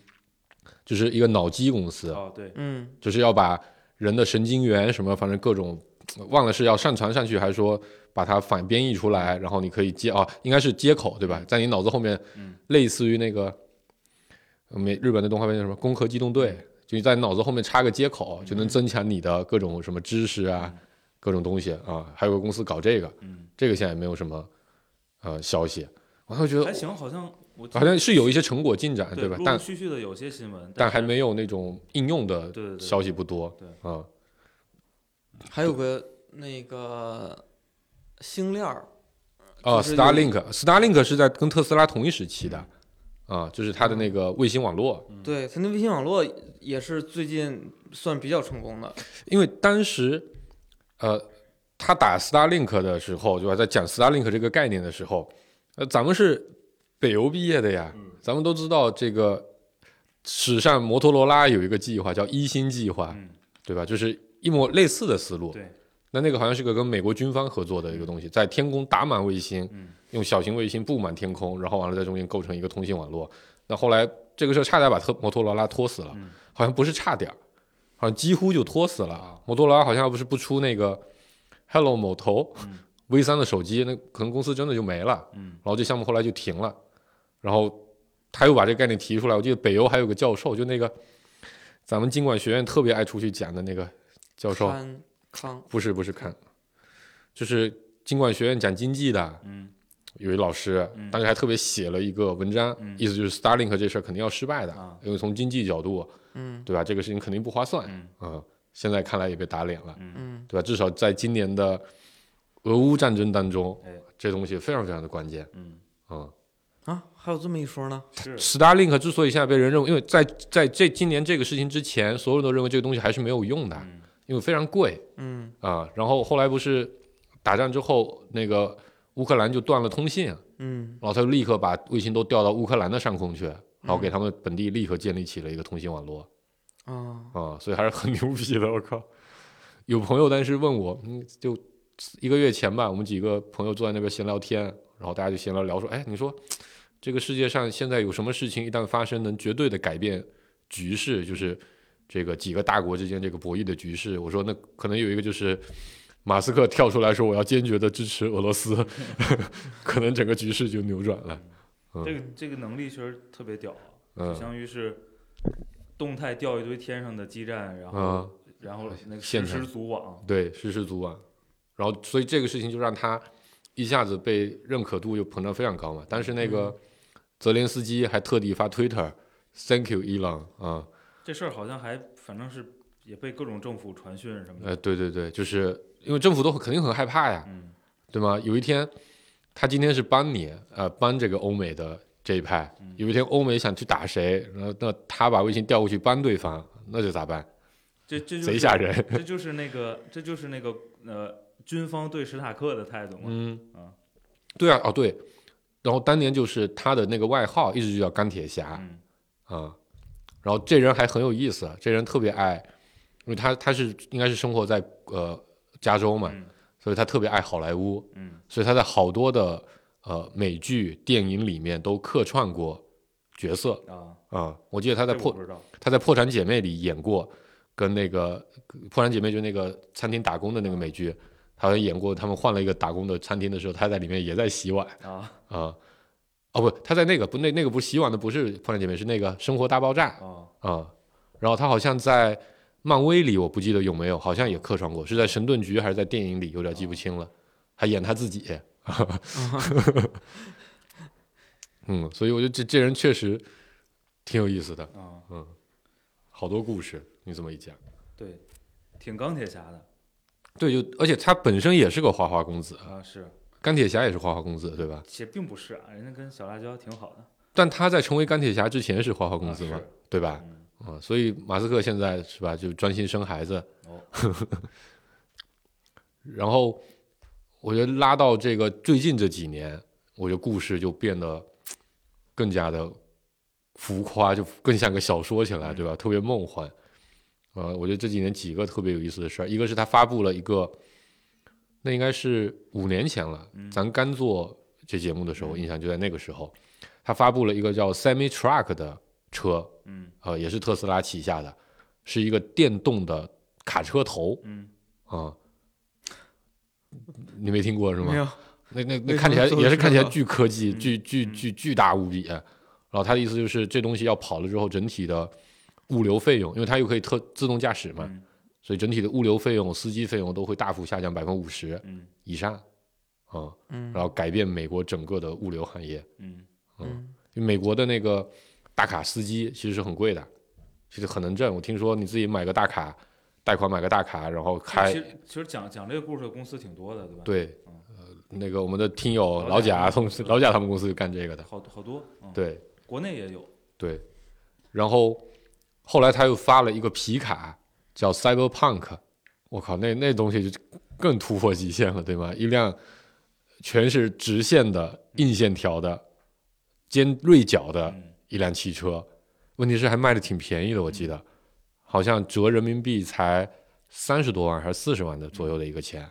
S5: 就是一个脑机公司，
S4: 哦对，
S6: 嗯
S5: 就是要把人的神经元什么，反正各种呃忘了是要上传上去，还是说把它反编译出来，然后你可以接啊，应该是接口对吧？在你脑子后面
S4: 嗯，
S5: 类似于那个呃美日本的动画片叫什么《攻壳机动
S4: 嗯
S5: 队》，就你在脑子后面插个接口，就能增强你的各种什么知识啊，各种东西啊。还有个公司搞这个，
S4: 嗯，
S5: 这个现在也没有什么呃消息，我会觉得
S4: 还行，好像我
S5: 好像是有一些成果进展
S4: 对
S5: 吧
S4: 陆？陆
S5: 但
S4: 续续的有些新闻，
S5: 但
S4: 是
S5: 还没有那种应用的
S4: 对对对
S5: 消息不多，
S4: 对
S5: 啊。
S6: 还有个那个星链儿，
S5: 哦
S6: 就是有
S5: ，Starlink，Starlink 是在跟特斯拉同一时期的，啊，就是它的那个卫星网络。
S6: 对，它那卫星网络也是最近算比较成功的。
S5: 因为当时，呃，他打 Starlink 的时候，对吧？在讲 Starlink 这个概念的时候，呃，咱们是北邮毕业的呀，
S6: 嗯
S5: 咱们都知道这个史上摩托罗拉有一个计划叫一星计划，
S4: 嗯
S5: 对吧？就是一模类似的思路。
S4: 对，
S5: 那那个好像是个跟美国军方合作的一个东西，在天空打满卫星，
S4: 嗯
S5: 用小型卫星布满天空，然后完了在中间构成一个通信网络。那后来这个事儿差点把特摩托罗拉拖死了，
S4: 嗯
S5: 好像不是差点儿，好像几乎就拖死了。啊摩托罗拉好像不是不出那个 Hello 某头、
S4: 嗯
S5: V 三的手机，那可能公司真的就没了。
S4: 嗯
S5: 然后这项目后来就停了，然后他又把这个概念提出来。我记得北邮还有个教授，就那个咱们经管学院特别爱出去讲的那个教授，
S6: 康康，
S5: 不是不是看，就是经管学院讲经济的
S4: 嗯
S5: 有一老师，
S4: 嗯
S5: 当时还特别写了一个文章，
S4: 嗯
S5: 意思就是 Starlink 这事儿肯定要失败的，
S4: 啊
S5: 因为从经济角度，
S6: 嗯
S5: 对吧？这个事情肯定不划算，
S4: 嗯
S5: 嗯现在看来也被打脸了，
S4: 嗯
S6: 嗯
S5: 对吧？至少在今年的俄乌战争当中，
S4: 哎
S5: 这东西非常非常的关键，
S4: 嗯
S5: 嗯。
S6: 啊，还有这么一说呢？
S4: 是嗯
S5: Starlink 之所以现在被人认为，因为在在这今年这个事情之前，所有人都认为这个东西还是没有用的，
S4: 嗯
S5: 因为非常贵
S6: 嗯
S5: 啊。然后后来不是打仗之后，那个乌克兰就断了通信，啊然
S6: 嗯
S5: 后他就立刻把卫星都调到乌克兰的上空去，然后给他们本地立刻建立起了一个通信网络
S6: 啊，
S5: 啊，所以还是很牛逼的。我靠，有朋友当时问我，嗯，就一个月前吧，我们几个朋友坐在那边闲聊天，然后大家就闲聊聊说，哎，你说这个世界上现在有什么事情一旦发生能绝对的改变局势，就是这个几个大国之间这个博弈的局势？我说那可能有一个就是马斯克跳出来说我要坚决的支持俄罗斯， 可能整个局势就扭转了。
S4: 这个这个能力确实特别屌啊，就相
S5: 嗯
S4: 当于是动态调一堆天上的基站，然后
S5: 嗯，
S4: 然后那个
S5: 现
S4: 实
S5: 场
S4: 时组网，
S5: 对，实时组网，然后所以这个事情就让他一下子被认可度就膨胀非常高嘛。但是那
S4: 嗯
S5: 个泽连斯基还特地发 Twitter，Thank you Elon 啊、
S4: 这事儿好像还反正是也被各种政府传讯什么的，
S5: 呃，对对对，就是因为政府都肯定很害怕呀，
S4: 嗯
S5: 对吗？有一天，他今天是帮你，呃，帮这个欧美的这一派，
S4: 嗯
S5: 有一天欧美想去打谁，然后那他把卫星调过去帮对方，那就咋办？
S4: 这这就是
S5: 贼吓人。
S4: 这就是那个，这就是那个呃，军方对史塔克的态度嘛。
S5: 嗯
S4: 啊
S5: 对啊，哦对，然后当年就是他的那个外号一直就叫钢铁侠啊、
S4: 嗯
S5: 然后这人还很有意思，这人特别爱，因为他他是应该是生活在呃加州嘛，
S4: 嗯
S5: 所以他特别爱好莱坞，
S4: 嗯
S5: 所以他在好多的呃美剧、电影里面都客串过角色
S4: 啊，
S5: 啊、我记得他在
S4: 这我
S5: 破
S4: 不知道。
S5: 他在《破产姐妹》里演过，跟那个《破产姐妹》就那个餐厅打工的那个美剧，他好像演过。他们换了一个打工的餐厅的时候，他在里面也在洗碗
S4: 啊
S5: 啊、哦不，他在那个不那那个不是洗碗的，不是《破产姐妹》，是那个《生活大爆炸》啊、
S4: 啊
S5: 然后他好像在漫威里，我不记得有没有，好像也客串过，是在《神盾局》还是在电影里，有点记不清了，还演他自己。 嗯，所以我觉得这这人确实挺有意思的，
S4: 啊，
S5: 好多故事，你这么一讲。
S4: 对，挺钢铁侠的
S5: 对，就而且他本身也是个花花公子，
S4: 啊，是，
S5: 钢铁侠也是花花公子，对吧？
S4: 其实并不是啊，人家跟小辣椒挺好的。
S5: 但他在成为钢铁侠之前是花花公子嘛，
S4: 啊是
S5: 对吧？
S4: 嗯
S5: 啊、所以马斯克现在是吧，就专心生孩子。
S4: 哦
S5: 然后我觉得拉到这个最近这几年，我觉得故事就变得更加的浮夸，就更像个小说起来，对吧？特别梦幻。呃，我觉得这几年几个特别有意思的事儿，一个是他发布了一个，那应该是五年前了，咱刚做这节目的时候，印象就在那个时候，他发布了一个叫 Semi Truck 的车，
S4: 嗯
S5: 呃，也是特斯拉旗下的，是一个电动的卡车头
S4: 嗯，
S5: 啊、你没听过是吗？
S6: 没有，
S5: 那那那
S6: 为
S5: 看
S6: 什
S5: 起来
S6: 么做
S5: 也是
S6: 这
S5: 看起来
S6: 个
S5: 巨科技、
S4: 嗯
S5: 巨巨巨巨大无比。啊然后他的意思就是，这东西要跑了之后，整体的物流费用，因为它又可以特自动驾驶嘛，
S4: 嗯
S5: 所以整体的物流费用、司机费用都会大幅下降百分之五十
S4: 嗯
S5: 以上啊、嗯
S6: 嗯
S5: 然后改变美国整个的物流行业。
S4: 嗯
S6: 嗯
S5: 因为美国的那个大卡司机其实是很贵的，其实很能挣。我听说你自己买个大卡，贷款买个大卡，然后开
S4: 其实其实讲讲这个故事的公司挺多的，对吧？，
S5: 对，
S4: 嗯
S5: 呃，那个我们的听友
S4: 老
S5: 老
S4: 贾
S5: 贾同事，老贾他们公司就干这个的，
S4: 好好多，嗯，，
S5: 对
S4: 国内也有，
S5: 对。然后后来他又发了一个皮卡，叫 Cyberpunk，我靠，那那东西就更突破极限了，对吗？一辆全是直线的、硬线条的、尖锐角的
S4: 嗯
S5: 一辆汽车，问题是还卖的挺便宜的，我记
S4: 嗯
S5: 得好像折人民币才三十多万还是四十万的左右的一个钱。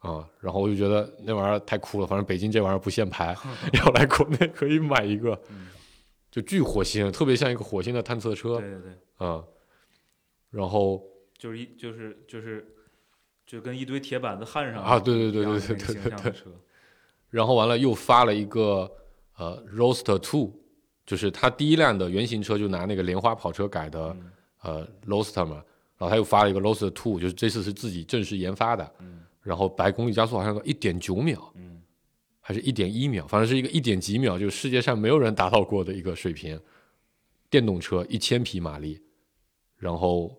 S5: 啊、然后我就觉得那玩意儿太酷了，反正北京这玩意儿不限牌， 要来国内可以买一个，就巨火星，特别像一个火星的探测车
S4: 嗯对
S5: 啊、
S4: 对对，
S5: 然后
S4: 就是一就是就是就跟一堆铁板子焊上
S5: 啊对对对
S4: 一样的
S5: 对对
S4: 那个
S5: 对
S4: 形象的
S5: 对
S4: 车，
S5: 然后完了又发了一个呃 Roadster Two，就是他第一辆的原型车就拿那个莲花跑车改的、
S4: 嗯
S5: 呃 Roadster 嘛，然后他又发了一个 Roadster Two，就是这次是自己正式研发的，
S4: 嗯
S5: 然后百公里加速好像一点九秒
S4: 嗯
S5: 还是一点一秒，反正是一个一点几秒，就是世界上没有人达到过的一个水平。电动车一千匹马力，然后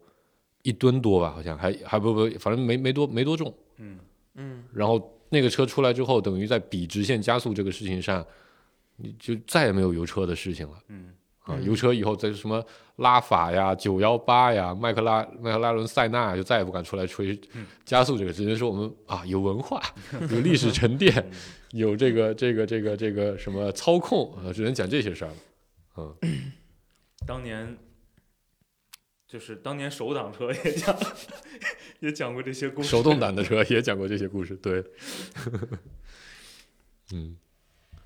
S5: 一吨多吧，好像还还不不，反正没没多没多重，
S4: 嗯
S6: 嗯
S5: 然后那个车出来之后，等于在比直线加速这个事情上，你就再也没有油车的事情了
S4: 嗯
S5: 啊！
S6: 嗯
S5: 油车以后在什么拉法呀、九幺八呀、麦克拉麦克拉伦塞纳呀就再也不敢出来吹加速这个，只能说我们啊有文化，有历史沉
S4: 嗯
S5: 淀，有这个这个这个这个什么操控啊，只能讲这些事儿了。
S4: 当年就是当年手挡车也讲 也讲过这些故事，
S5: 手动挡的车也讲过这些故事， 对，嗯，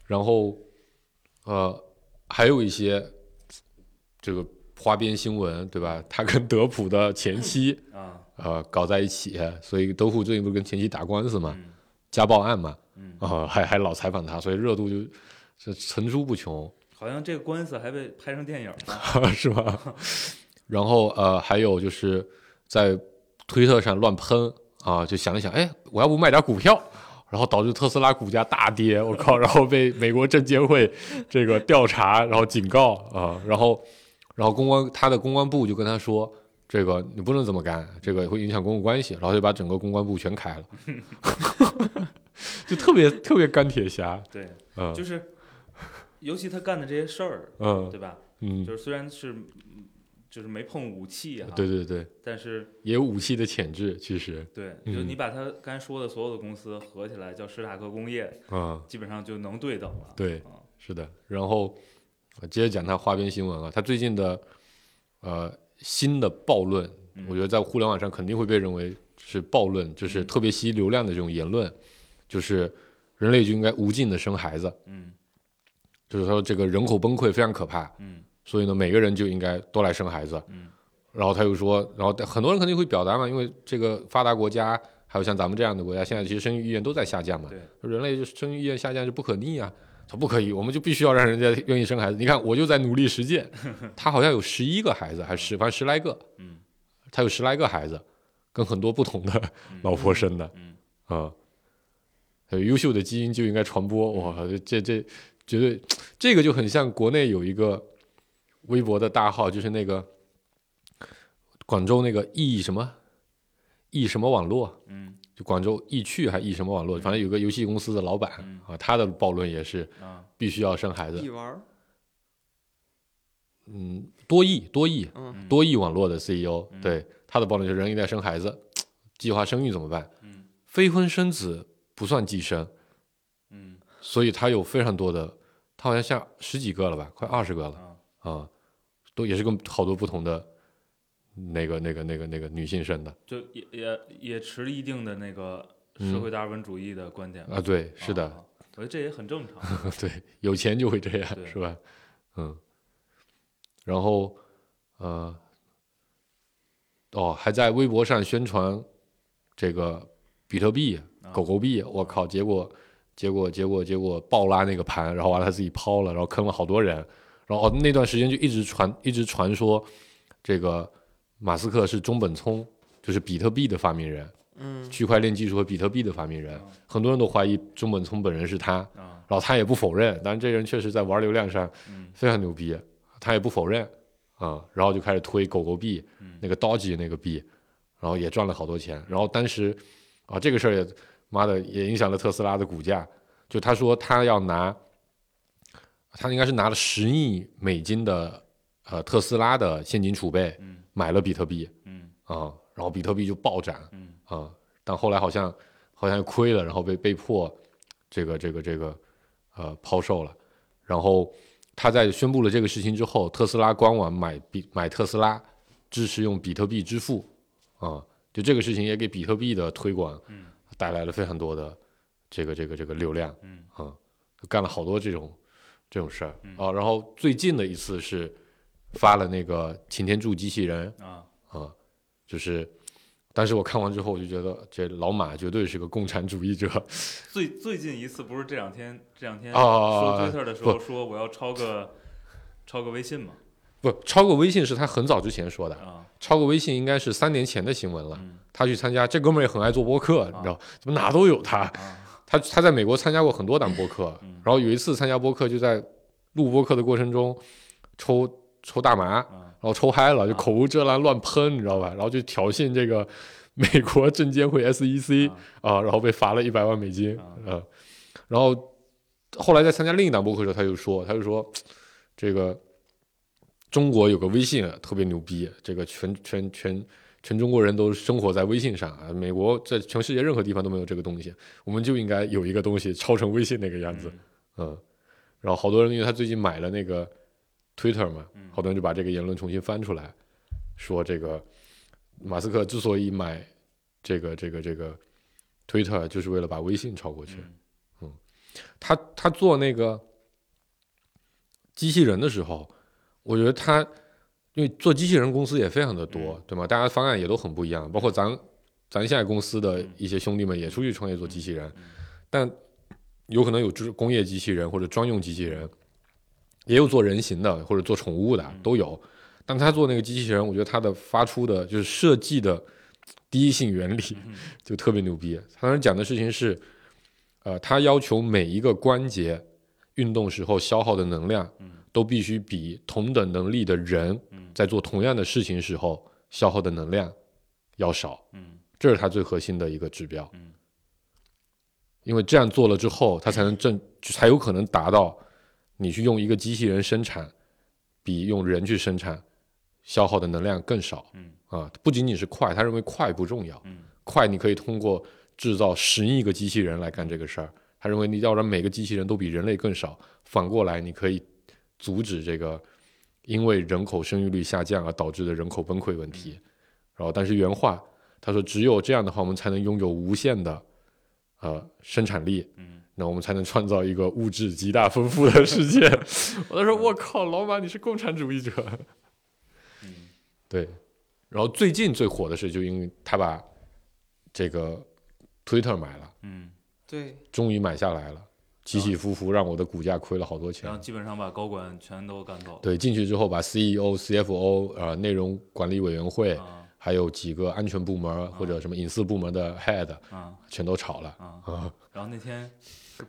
S5: 然后呃，还有一些这个花边新闻，对吧？他跟德普的前 妻
S4: 啊，
S5: 呃搞在一起，所以德普最近不是跟前妻打官司嘛，
S4: 嗯
S5: 家暴案嘛，
S4: 嗯，
S5: 啊、还还老采访他，所以热度就是层出不穷。
S4: 好像这个官司还被拍成电影了，
S5: 是吧？然后呃，还有就是在推特上乱喷啊，就想一想，哎，我要不卖点股票，然后导致特斯拉股价大跌，我靠，然后被美国证监会这个调查，然后警告啊，然后然后公关他的公关部就跟他说。这个你不能这么干，这个会影响公共关系，然后就把整个公关部全开了，就特别特别钢铁侠，
S4: 对，
S5: 嗯
S4: 就是尤其他干的这些事儿，
S5: 嗯
S4: 对吧？
S5: 嗯
S4: 就，是虽然是嗯就是没碰武器哈，
S5: 对，对对，
S4: 但是
S5: 也有武器的潜质，其实，
S4: 对，
S5: 嗯
S4: 就是你把他刚才说的所有的公司合起来叫史塔克工业，
S5: 嗯，
S4: 基本上就能对等了。
S5: 对，
S4: 啊，
S5: 是的，然后呃接着讲他花边新闻啊，他最近的呃新的暴论，
S4: 嗯
S5: 我觉得在互联网上肯定会被认为是暴论，就是
S4: 嗯
S5: 特别吸流量的这种言论，就是人类就应该无尽的生孩子，
S4: 嗯
S5: 就是说这个人口崩溃非常可怕，
S4: 嗯
S5: 所以呢每个人就应该都来生孩子，
S4: 嗯
S5: 然后他又说，然后很多人肯定会表达嘛，因为这个发达国家还有像咱们这样的国家，现在其实生育意愿都在下降嘛。
S4: 对，
S5: 人类就是生育意愿下降是不可逆啊，他不可以，我们就必须要让人家愿意生孩子。你看，我就在努力实 践，他好像有十一个孩子，还是反正十来个，
S4: 嗯
S5: 他有十来个孩子，跟很多不同的老婆生的，
S4: 嗯
S5: 啊、还有优秀的基因就应该传播，哇，这这绝对，这个就很像国内有一个微博的大号，就是那个广州那个易什么易什么网络，
S4: 嗯
S5: 就广州易趣还 E 易什么网络，反正有个游戏公司的老板
S4: 嗯
S5: 啊，他的暴论也是
S4: 啊
S5: 必须要生孩子
S6: 一，玩儿
S5: 嗯，多亿多亿
S6: 嗯
S5: 多亿网络的 CEO，
S4: 嗯
S5: 对他的暴论就是人应该生孩子，计划生育怎么办？
S4: 嗯
S5: 非婚生子不算计生。
S4: 嗯
S5: 所以它有非常多的，它好像下十几个了吧，快二十个了
S4: 啊
S5: 啊、都也是跟好多不同的那个那个那个那个女性生的
S4: 就也也也持一定的那个社会达尔文主义的观点吧
S5: 啊，对，是的，
S4: 啊我觉得这也很正常。
S5: 对，有钱就会这样，
S4: 啊对
S5: 是吧？嗯，然后呃，哦，还在微博上宣传这个比特币、
S4: 啊
S5: 狗狗币，我靠，结果结果结果结果暴拉那个盘，然后完了他自己抛了，然后坑了好多人，然后、哦、那段时间就一直传一直传说这个马斯克是中本聪，就是比特币的发明人，
S6: 嗯，
S5: 区块链技术和比特币的发明人，很多人都怀疑中本聪本人是他。
S4: 啊，
S5: 然后他也不否认，但是这人确实在玩流量上
S4: 嗯
S5: 非常牛逼，他也不否认啊、然后就开始推狗狗币，
S4: 嗯
S5: 那个 Doge 那个币，然后也赚了好多钱。然后当时啊，这个事儿也妈的也影响了特斯拉的股价，就他说他要拿，他应该是拿了十亿美金的呃特斯拉的现金储备
S4: 嗯
S5: 买了比特币
S4: 嗯
S5: 啊、然后比特币就暴涨，
S4: 嗯
S5: 啊、但后来好像好像又亏了，然后被被迫这个这个这个呃抛售了。然后他在宣布了这个事情之后，特斯拉官网买比买特斯拉支持用比特币支付啊、就这个事情也给比特币的推广
S4: 嗯
S5: 带来了非常多的这个这个这个流量。
S4: 嗯
S5: 啊，干了好多这种这种事儿
S4: 嗯
S5: 啊。然后最近的一次是发了那个擎天柱机器人
S4: 啊，
S5: 啊，就是当时我看完之后，我就觉得这老马绝对是个共产主义者
S4: 最最近一次不是这两天这两天
S5: 啊啊
S4: 说
S5: 啊啊
S4: Twitter 的时
S5: 不
S4: 候说我要超个超个微信嘛
S5: 不，超过微信是他很早之前说的，
S4: 啊，
S5: 超过微信应该是三年前的新闻了。
S4: 嗯
S5: 他去参加，这哥们儿也很爱做播客，你知道，怎么哪都有他。
S4: 啊
S5: 他他在美国参加过很多档播客，
S4: 嗯
S5: 然后有一次参加播客就在录播客的过程中抽抽大麻，
S4: 啊
S5: 然后抽嗨了，就
S4: 啊
S5: 口无遮拦乱喷，你知道吧？然后就挑衅这个 美国证监会 SEC
S4: 啊
S5: 啊，然后被罚了一百万美金
S4: 啊
S5: 啊。然后后来在参加另一档播客的时候，他就说，他就说这个中国有个微信啊特别牛逼，这个全全全全中国人都生活在微信上啊，美国在全世界任何地方都没有这个东西，我们就应该有一个东西超成微信那个样子。
S4: 嗯
S5: 嗯，然后好多人因为他最近买了那个 Twitter 嘛
S4: 嗯，
S5: 好多人就把这个言论重新翻出来，说这个马斯克之所以买这个这个这个 Twitter，就是为了把微信超过去。
S4: 嗯
S5: 他他做那个机器人的时候，我觉得他因为做机器人公司也非常的多，对吗？大家方案也都很不一样，包括咱咱现在公司的一些兄弟们也出去创业做机器人，但有可能有就是工业机器人或者专用机器人，也有做人形的或者做宠物的都有。但他做那个机器人，我觉得他的发出的就是设计的第一性原理就特别牛逼。他当时讲的事情是，呃，他要求每一个关节运动时候消耗的能量
S4: 嗯，
S5: 都必须比同等能力的人
S4: 嗯
S5: 在做同样的事情时候消耗的能量要少。
S4: 嗯
S5: 这是他最核心的一个指标。
S4: 嗯，
S5: 因为这样做了之后，他才能正才有可能达到你去用一个机器人生产，比用人去生产消耗的能量更少。
S4: 嗯
S5: 啊，不仅仅是快，他认为快不重要，
S4: 嗯
S5: 快你可以通过制造十亿个机器人来干这个事儿。他认为你要让每个机器人都比人类更少，反过来你可以阻止这个因为人口生育率下降而导致的人口崩溃问题。然后，但是原话他说，只有这样的话，我们才能拥有无限的呃生产力，
S4: 嗯
S5: 那我们才能创造一个物质极大丰富的世界。 我当时我靠，老马你是共产主义者。
S4: 嗯
S5: 对，然后最近最火的是，就因为他把这个 Twitter 买了，
S4: 嗯，
S6: 对，
S5: 终于买下来了，起起伏伏，让我的股价亏了好多钱
S4: 然后。基本上把高管全都赶走了。
S5: 对，进去之后把 E CEO、CFO、呃内容管理委员会，
S4: 啊
S5: 还有几个安全部门或者什么隐私部门的 head
S4: 啊
S5: 全都炒了。
S4: 啊！
S5: 啊
S4: 然后那天是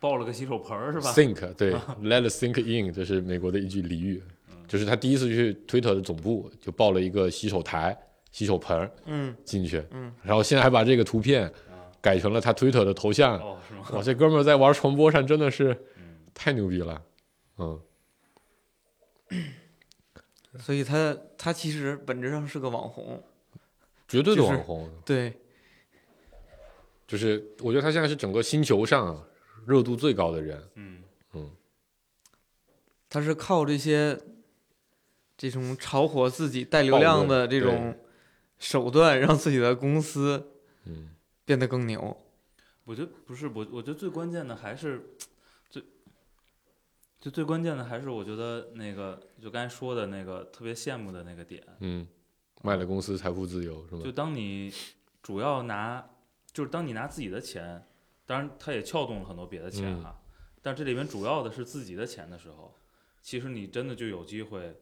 S4: 抱了个洗手盆儿 是吧？啊
S5: ，think 对，let it sink in，这是美国的一句俚语，
S4: 嗯
S5: 就是他第一次去 Twitter 的总部就抱了一个洗手台、洗手盆儿
S6: 嗯，
S5: 进去，
S6: 嗯，
S5: 然后现在还把这个图片改成了他 Twitter 的头像，
S4: 啊哦，是吗？
S5: 哇，这哥们儿在玩传播上真的是
S4: 嗯
S5: 太牛逼了，嗯，
S6: 所以他他其实本质上是个网红，
S5: 绝对的
S6: 就是
S5: 网红，
S6: 对，
S5: 就是我觉得他现在是整个星球上热度最高的人，
S4: 嗯
S5: 嗯，
S6: 他是靠这些这种炒火自己带流量的这
S5: 暴
S6: 种
S5: 论
S6: 手段，让自己的公司
S5: 嗯，
S6: 变得更牛。
S5: 哦
S4: 我觉得不是，我我觉得最关键的还是最，就最关键的还是我觉得那个就刚才说的那个特别羡慕的那个点，
S5: 嗯，卖了公司财富自由是吗
S4: 就？当你主要拿，就是当你拿自己的钱，当然他也撬动了很多别的钱
S5: 嗯
S4: 哈，但这里边主要的是自己的钱的时候，其实你真的就有机会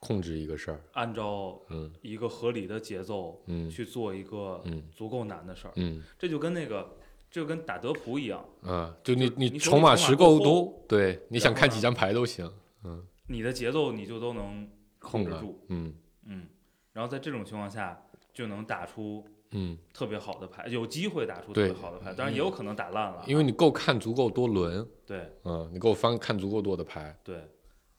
S5: 控制一个事儿，
S4: 按照
S5: 嗯
S4: 一个合理的节奏
S5: 嗯
S4: 去做一个
S5: 嗯
S4: 足够难的事儿，
S5: 嗯
S4: 这就跟那个这就跟打德扑一样，
S5: 啊，就你
S4: 就
S5: 你
S4: 你手里
S5: 筹码
S4: 筹码
S5: 池
S4: 够
S5: 够多，对，你想
S4: 然后
S5: 看
S4: 呢
S5: 几张牌都行，
S4: 你的节奏你就都能控
S5: 控
S4: 制
S5: 了
S4: 住。，
S5: 嗯
S4: 嗯，然后在这种情况下就能打出
S5: 嗯，
S4: 特别好的牌，有机会打出特
S5: 对嗯
S4: 别好的牌，当然也有可能打烂了啊，
S5: 因为你够看足够多轮，
S4: 对
S5: 嗯，你够翻看足够多的牌，
S4: 对，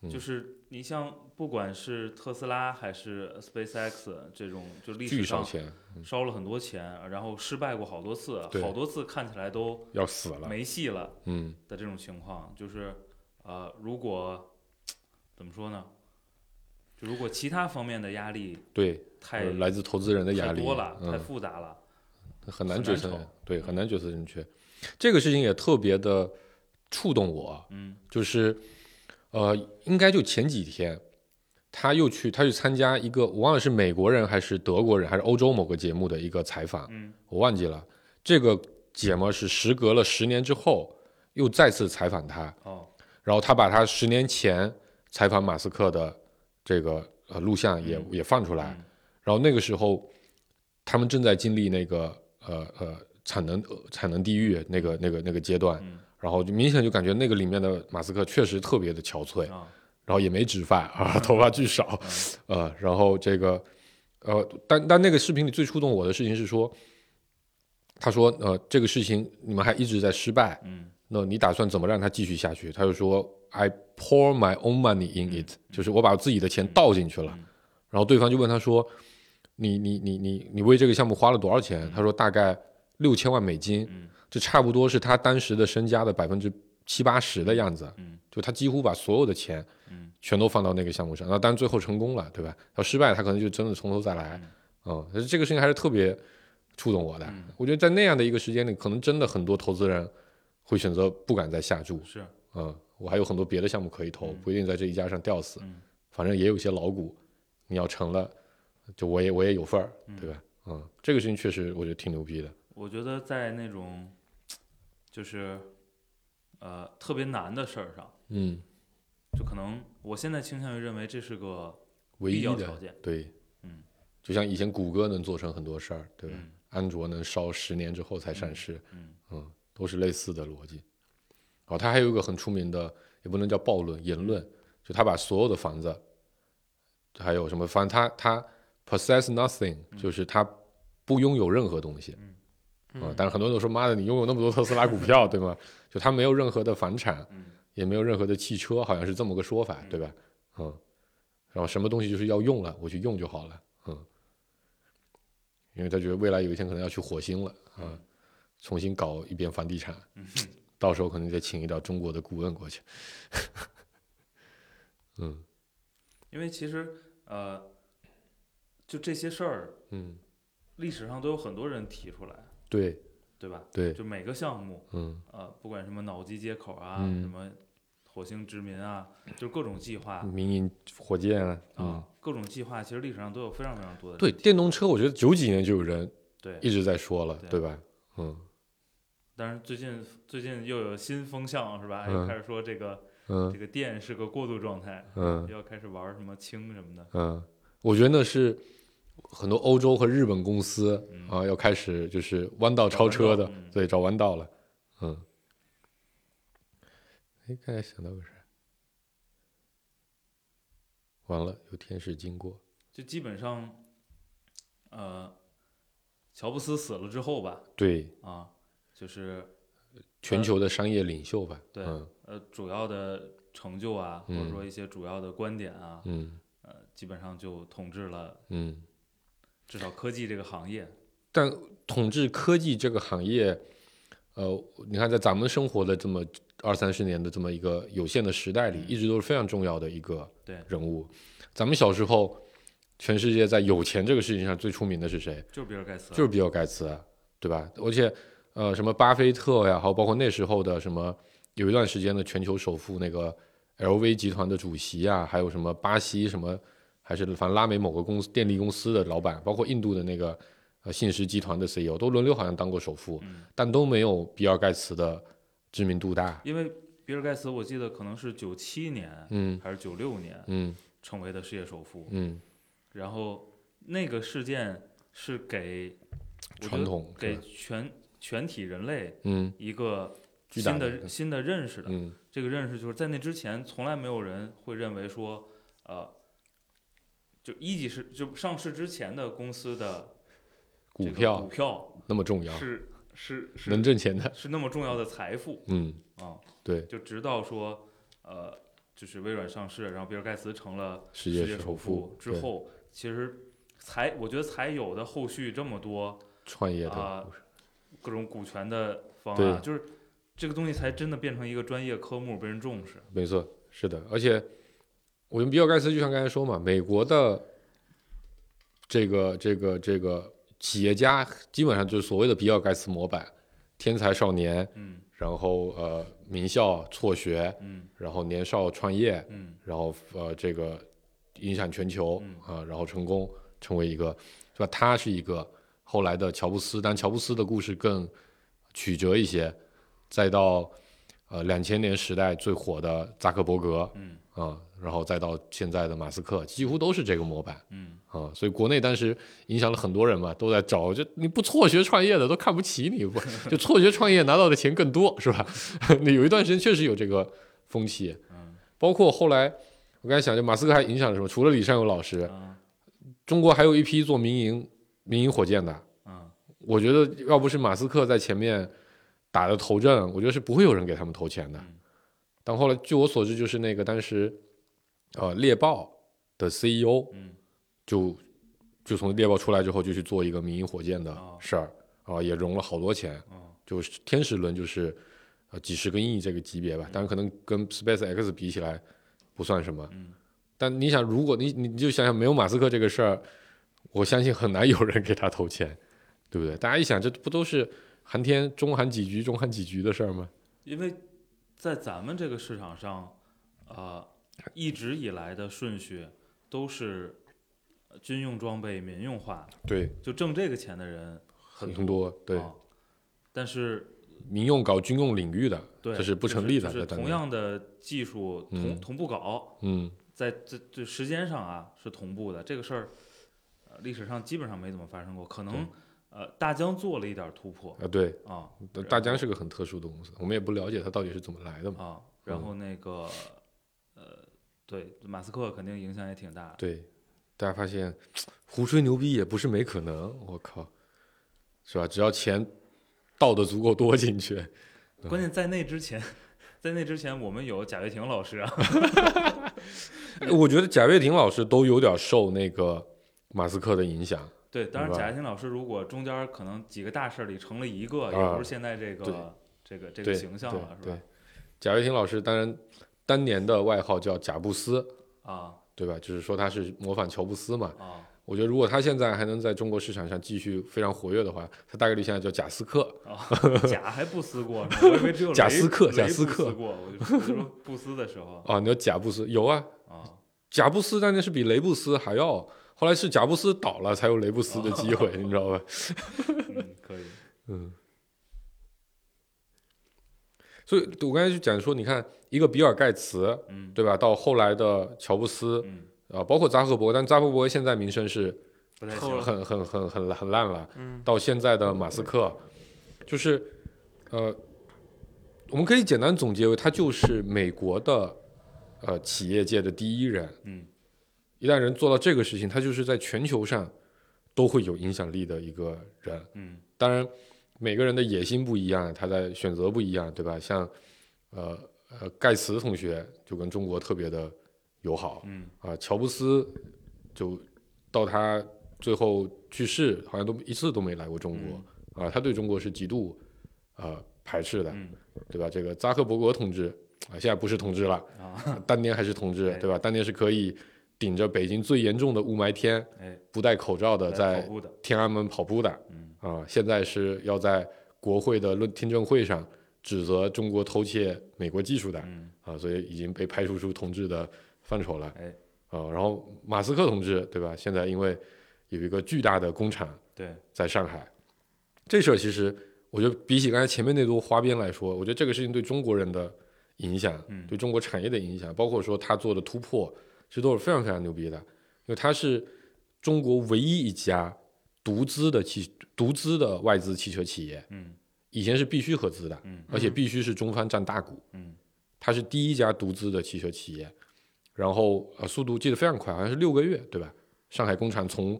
S5: 嗯
S4: 就是你像不管是特斯拉还是 SpaceX 这种，就历
S5: 巨
S4: 史
S5: 烧
S4: 上
S5: 钱，
S4: 烧了很多钱，然后失败过好多次，
S5: 对
S4: 好多次看起来都
S5: 要死了，
S4: 没戏了
S5: 嗯
S4: 的这种情况，就是呃，如果怎么说呢？就如果其他方面的压力
S5: 对，
S4: 太
S5: 呃来自投资人的压
S4: 太
S5: 力
S4: 多了，太
S5: 嗯，
S4: 复杂了，
S5: 很难
S4: 很
S5: 决
S4: 难
S5: 策
S4: 筹，
S5: 对，很难决策正确。这个事情也特别的触动我，
S4: 嗯
S5: 就是呃，应该就前几天，他又去他去参加一个我忘了是美国人还是德国人还是欧洲某个节目的一个采访，
S4: 嗯
S5: 我忘记了。这个节目是时隔了十年之后又再次采访他，
S4: 哦
S5: 然后他把他十年前采访马斯克的这个呃录像也、
S4: 嗯
S5: 也放出来，
S4: 嗯
S5: 然后那个时候，他们正在经历那个呃呃产能呃产能地狱那个那个那个阶段，
S4: 嗯
S5: 然后就明显就感觉那个里面的马斯克确实特别的憔悴，
S4: 啊
S5: 然后也没植发啊， 头发巨少，呃，然后这个呃，但但那个视频里最触动我的事情是说，他说呃这个事情你们还一直在失败，
S4: 嗯
S5: 那你打算怎么让它继续下去？他就说，I pour my own money in it，、就是我把自己的钱倒进去了。
S4: 嗯
S5: 然后对方就问他说，你你你你你为这个项目花了多少钱？他说大概六千万美金，
S4: 嗯
S5: 这差不多是他当时的身家的百分之七八十的样子。
S4: 嗯
S5: 就他几乎把所有的钱
S4: 嗯
S5: 全都放到那个项目上，那当然最后成功了，对吧？要失败，他可能就真的从头再来。嗯，但是这个事情还是特别触动我的。
S4: 嗯
S5: 我觉得在那样的一个时间里，可能真的很多投资人会选择不敢再下注。
S4: 是
S5: 嗯，我还有很多别的项目可以投，
S4: 嗯
S5: 不一定在这一家上吊死。
S4: 嗯
S5: 反正也有一些老股，你要成了，就我也我也有份儿，
S4: 嗯
S5: 对吧？嗯，这个事情确实我觉得挺牛逼的。
S4: 我觉得在那种就是呃特别难的事儿上，
S5: 嗯，
S4: 就可能我现在倾向于认为这是个
S5: 唯一
S4: 必要
S5: 的
S4: 条件
S5: 对，
S4: 嗯，
S5: 就像以前谷歌能做成很多事儿，对吧？
S4: 嗯
S5: 安卓能烧十年之后才上市，
S4: 嗯
S5: 嗯，都是类似的逻辑。哦，他还有一个很出名的，也不能叫暴论，言论，就他把所有的房子，还有什么，反正他他 possess nothing，、就是他不拥有任何东西。
S4: 嗯
S5: 啊、但是很多人都说，妈的，你拥有那么多特斯拉股票，对吗？就他没有任何的房产，
S4: 嗯
S5: 也没有任何的汽车，好像是这么个说法，对吧？嗯，然后什么东西就是要用了，我去用就好了，嗯，因为他觉得未来有一天可能要去火星了，啊、
S4: 嗯
S5: 重新搞一遍房地产，
S4: 嗯
S5: 到时候可能得请一点中国的顾问过去，嗯
S4: 因为其实呃就这些事儿
S5: 嗯，
S4: 历史上都有很多人提出来，
S5: 对
S4: 对吧？
S5: 对，
S4: 就每个项目
S5: 嗯
S4: 呃不管什么脑机接口啊，
S5: 嗯
S4: 什么火星殖民啊，就是各种计划。
S5: 民营火箭啊，嗯
S4: 啊，各种计划其实历史上都有非常非常多的
S5: 对，电动车我觉得九几年就有人
S4: 对，
S5: 一直在说了，
S4: 对
S5: 对吧？嗯
S4: 但是最近最近又有新风向是吧？
S5: 嗯
S4: 又开始说这个这
S5: 嗯
S4: 个电是个过渡状态，
S5: 嗯。
S4: 又要开始玩什么氢什么的。
S5: 嗯，我觉得那是很多欧洲和日本公司、
S4: 嗯
S5: 啊，要开始就是弯道超车
S4: 找弯道
S5: 的，
S4: 嗯
S5: 对，找弯道了。嗯，哎，刚才想到个啥？完了，有天使经过。
S4: 就基本上，呃，乔布斯死了之后吧，
S5: 对，
S4: 啊，就是
S5: 全球的商业领袖吧。
S4: 对
S5: 嗯
S4: 呃主要的成就啊，或
S5: 嗯
S4: 者说一些主要的观点啊，
S5: 嗯
S4: 呃，基本上就统治了
S5: 嗯。
S4: 至少科技这个行业。
S5: 但统治科技这个行业，呃，你看在咱们生活的这么二三十年的这么一个有限的时代里，一直都是非常重要的一个
S4: 对
S5: 人物。咱们小时候，全世界在有钱这个事情上最出名的是谁？
S4: 就是比尔盖茨，
S5: 就是比尔盖茨，啊对吧？而且，呃，什么巴菲特呀，还有包括那时候的什么，有一段时间的全球首富那个 LV 集团的主席啊，还有什么巴西什么，还是反正拉美某个公司电力公司的老板，包括印度的那个呃信实集团的 CEO，都轮流好像当过首富，
S4: 嗯
S5: 但都没有比尔盖茨的知名度大。
S4: 因为比尔盖茨我记得可能是九七年
S5: 嗯
S4: 还是九六年
S5: 嗯
S4: 成为的世界首富，
S5: 嗯，
S4: 然后那个事件是给我觉得
S5: 传统是
S4: 给
S5: 吧
S4: 全全体人类
S5: 嗯
S4: 一个
S5: 巨大
S4: 新
S5: 的
S4: 的新的认识的。
S5: 嗯
S4: 这个认识就是在那之前，从来没有人会认为说，呃，就一级市就上市之前的公司的这
S5: 股
S4: 个股
S5: 票
S4: 票
S5: 那么重要，
S4: 是是是
S5: 能挣钱的，
S4: 是那么重要的财富
S5: 嗯
S4: 啊，
S5: 对，
S4: 就直到说，呃，就是微软上市，然后比尔盖茨成了
S5: 世
S4: 世
S5: 界
S4: 界
S5: 首
S4: 首
S5: 富
S4: 之
S5: 对
S4: 后，其实才我觉得才有的后续这么多
S5: 创业的
S4: 啊
S5: 故事，
S4: 各种股权的方
S5: 对
S4: 案，就是这个东西才真的变成一个专业科目被人重视。
S5: 没错，是的，而且我们比尔盖茨就像刚才说嘛，美国的这个这个这个企业家基本上就是所谓的比尔盖茨模板，天才少年，
S4: 嗯
S5: 然后呃名校辍学，
S4: 嗯
S5: 然后年少创业，
S4: 嗯
S5: 然后呃这个影响全球
S4: 嗯
S5: 啊、然后成功成为一个，是吧？他是一个后来的乔布斯，但乔布斯的故事更曲折一些，再到呃两千年时代最火的扎克伯格啊、
S4: 嗯
S5: 然后再到现在的马斯克，几乎都是这个模板
S4: 嗯，
S5: 啊、所以国内当时影响了很多人嘛，都在找，就你不辍学创业的都看不起你，不就辍学创业拿到的钱更多是吧？ 那有一段时间确实有这个风气，
S4: 嗯
S5: 包括后来，我刚才想，就马斯克还影响了什么？除了李善友老师，
S4: 啊
S5: 中国还有一批做民营民营火箭的。
S4: 啊
S5: 我觉得要不是马斯克在前面打的头阵，我觉得是不会有人给他们投钱的
S4: 嗯。
S5: 但后来，据我所知，就是那个当时，呃，猎豹的 E CEO
S4: 嗯
S5: 就就从猎豹出来之后，就去做一个民营火箭的
S4: 哦
S5: 事儿啊、也融了好多钱。
S4: 哦
S5: 就是天使轮就是呃几十个亿这个级别吧，但是可能跟 Space X 比起来不算什么。
S4: 嗯
S5: 但你想，如果你你你就想想没有马斯克这个事儿，我相信很难有人给他投钱，对不对？大家一想，这不都是韩天中韩几局中韩几局的事儿吗？
S4: 因为在咱们这个市场上，呃，一直以来的顺序都是呃军用装备民用化，
S5: 对，
S4: 就挣这个钱的人
S5: 很多对、
S4: 啊但是
S5: 民用搞军用领域的，
S4: 对，
S5: 这是不
S4: 就
S5: 成立的
S4: 就是
S5: 在当
S4: 同
S5: 年
S4: 样的技术同、
S5: 嗯
S4: 同步搞，
S5: 嗯，
S4: 在这这时间上啊是同步的，这个事儿、呃历史上基本上没怎么发生过，可能呃大疆做了一点突破
S5: 啊对，
S4: 啊
S5: 大疆是个很特殊的公司，我们也不了解它到底是怎么来的嘛。
S4: 啊，然
S5: 嗯
S4: 后那个呃对马斯克肯定影响也挺大的，
S5: 对，大家发现胡吹牛逼也不是没可能，我靠，是吧？只要钱倒的足够多进 去，
S4: 关键在那之前， 在那之前我们有贾跃亭老师 啊，
S5: 哎我觉得贾跃亭老师都有点受那个马斯克的影响。
S4: 对，当然
S5: 明白
S4: 贾跃亭老师如果中间可能几个大事儿里成了一个，
S5: 啊
S4: 也不是现在这
S5: 对
S4: 个这个这
S5: 对
S4: 个形象
S5: 对
S4: 了，是
S5: 对
S4: 吧？
S5: 贾跃亭老师当然当年的外号叫贾布斯，
S4: 啊
S5: 对吧？就是说他是模仿乔布斯嘛。
S4: 啊
S5: 我觉得如果他现在还能在中国市场上继续非常活跃的话，他大概率现在叫贾斯克。
S4: 啊，贾还不思过呢，我以为只有
S5: 贾
S4: 雷
S5: 斯克
S4: 雷
S5: 贾
S4: 不
S5: 斯克
S4: 思过，我就我就说不思的时候
S5: 啊，你说贾布斯有啊？
S4: 啊，
S5: 贾布斯当年是比雷布斯还要，后来是贾布斯倒了才有雷布斯的 机会，你知道吧？
S4: 嗯，可以，
S5: 嗯，所以我刚才就讲说，你看一个比尔盖茨，
S4: 嗯
S5: 对吧？到后来的乔布斯
S4: 嗯，
S5: 啊、包括扎克伯格，但扎克伯格现在名声是
S4: 不太
S6: 透
S4: 行
S6: 了，
S5: 很很很很很烂了。
S6: 嗯，
S5: 到现在的马斯克，就是呃，我们可以简单总结为，他就是美国的呃企业界的第一人。
S4: 嗯，
S5: 一旦人做到这个事情，他就是在全球上都会有影响力的一个人。
S4: 嗯
S5: 当然，每个人的野心不一样，他的选择不一样，对吧？像呃呃盖茨同学就跟中国特别的友好
S4: 嗯
S5: 啊、乔布斯就到他最后去世，好像都一次都没来过中国啊、他对中国是极度呃排斥的，
S4: 嗯
S5: 对吧？这个扎克伯格同志啊，现在不是同志了，
S4: 啊，
S5: 当年还是同志
S4: 哎，
S5: 对吧？当年是可以顶着北京最严重的雾霾天，
S4: 哎，
S5: 不戴口罩的
S4: 来
S5: 在
S4: 跑步的，
S5: 天安门跑步的，
S4: 嗯
S5: 啊，现在是要在国会的论听证会上指责中国偷窃美国技术的
S4: 嗯
S5: 啊，所以已经被排除出同志的范畴了。
S4: 哎，
S5: 啊，然后马斯克同志对吧？现在因为有一个巨大的工厂
S4: 对，
S5: 在上海，这事儿其实我觉得比起刚才前面那朵花边来说，我觉得这个事情对中国人的影响，
S4: 嗯
S5: 对中国产业的影响，包括说他做的突破，其实都是非常非常牛逼的，因为他是中国唯一一家独资的汽独资的外资汽车企业，
S4: 嗯
S5: 以前是必须合资的，
S4: 嗯
S5: 而且必须是中方占大股，
S4: 嗯
S5: 它是第一家独资的汽车企业，然后呃速度记得非常快，好像是六个月，对吧？上海工厂从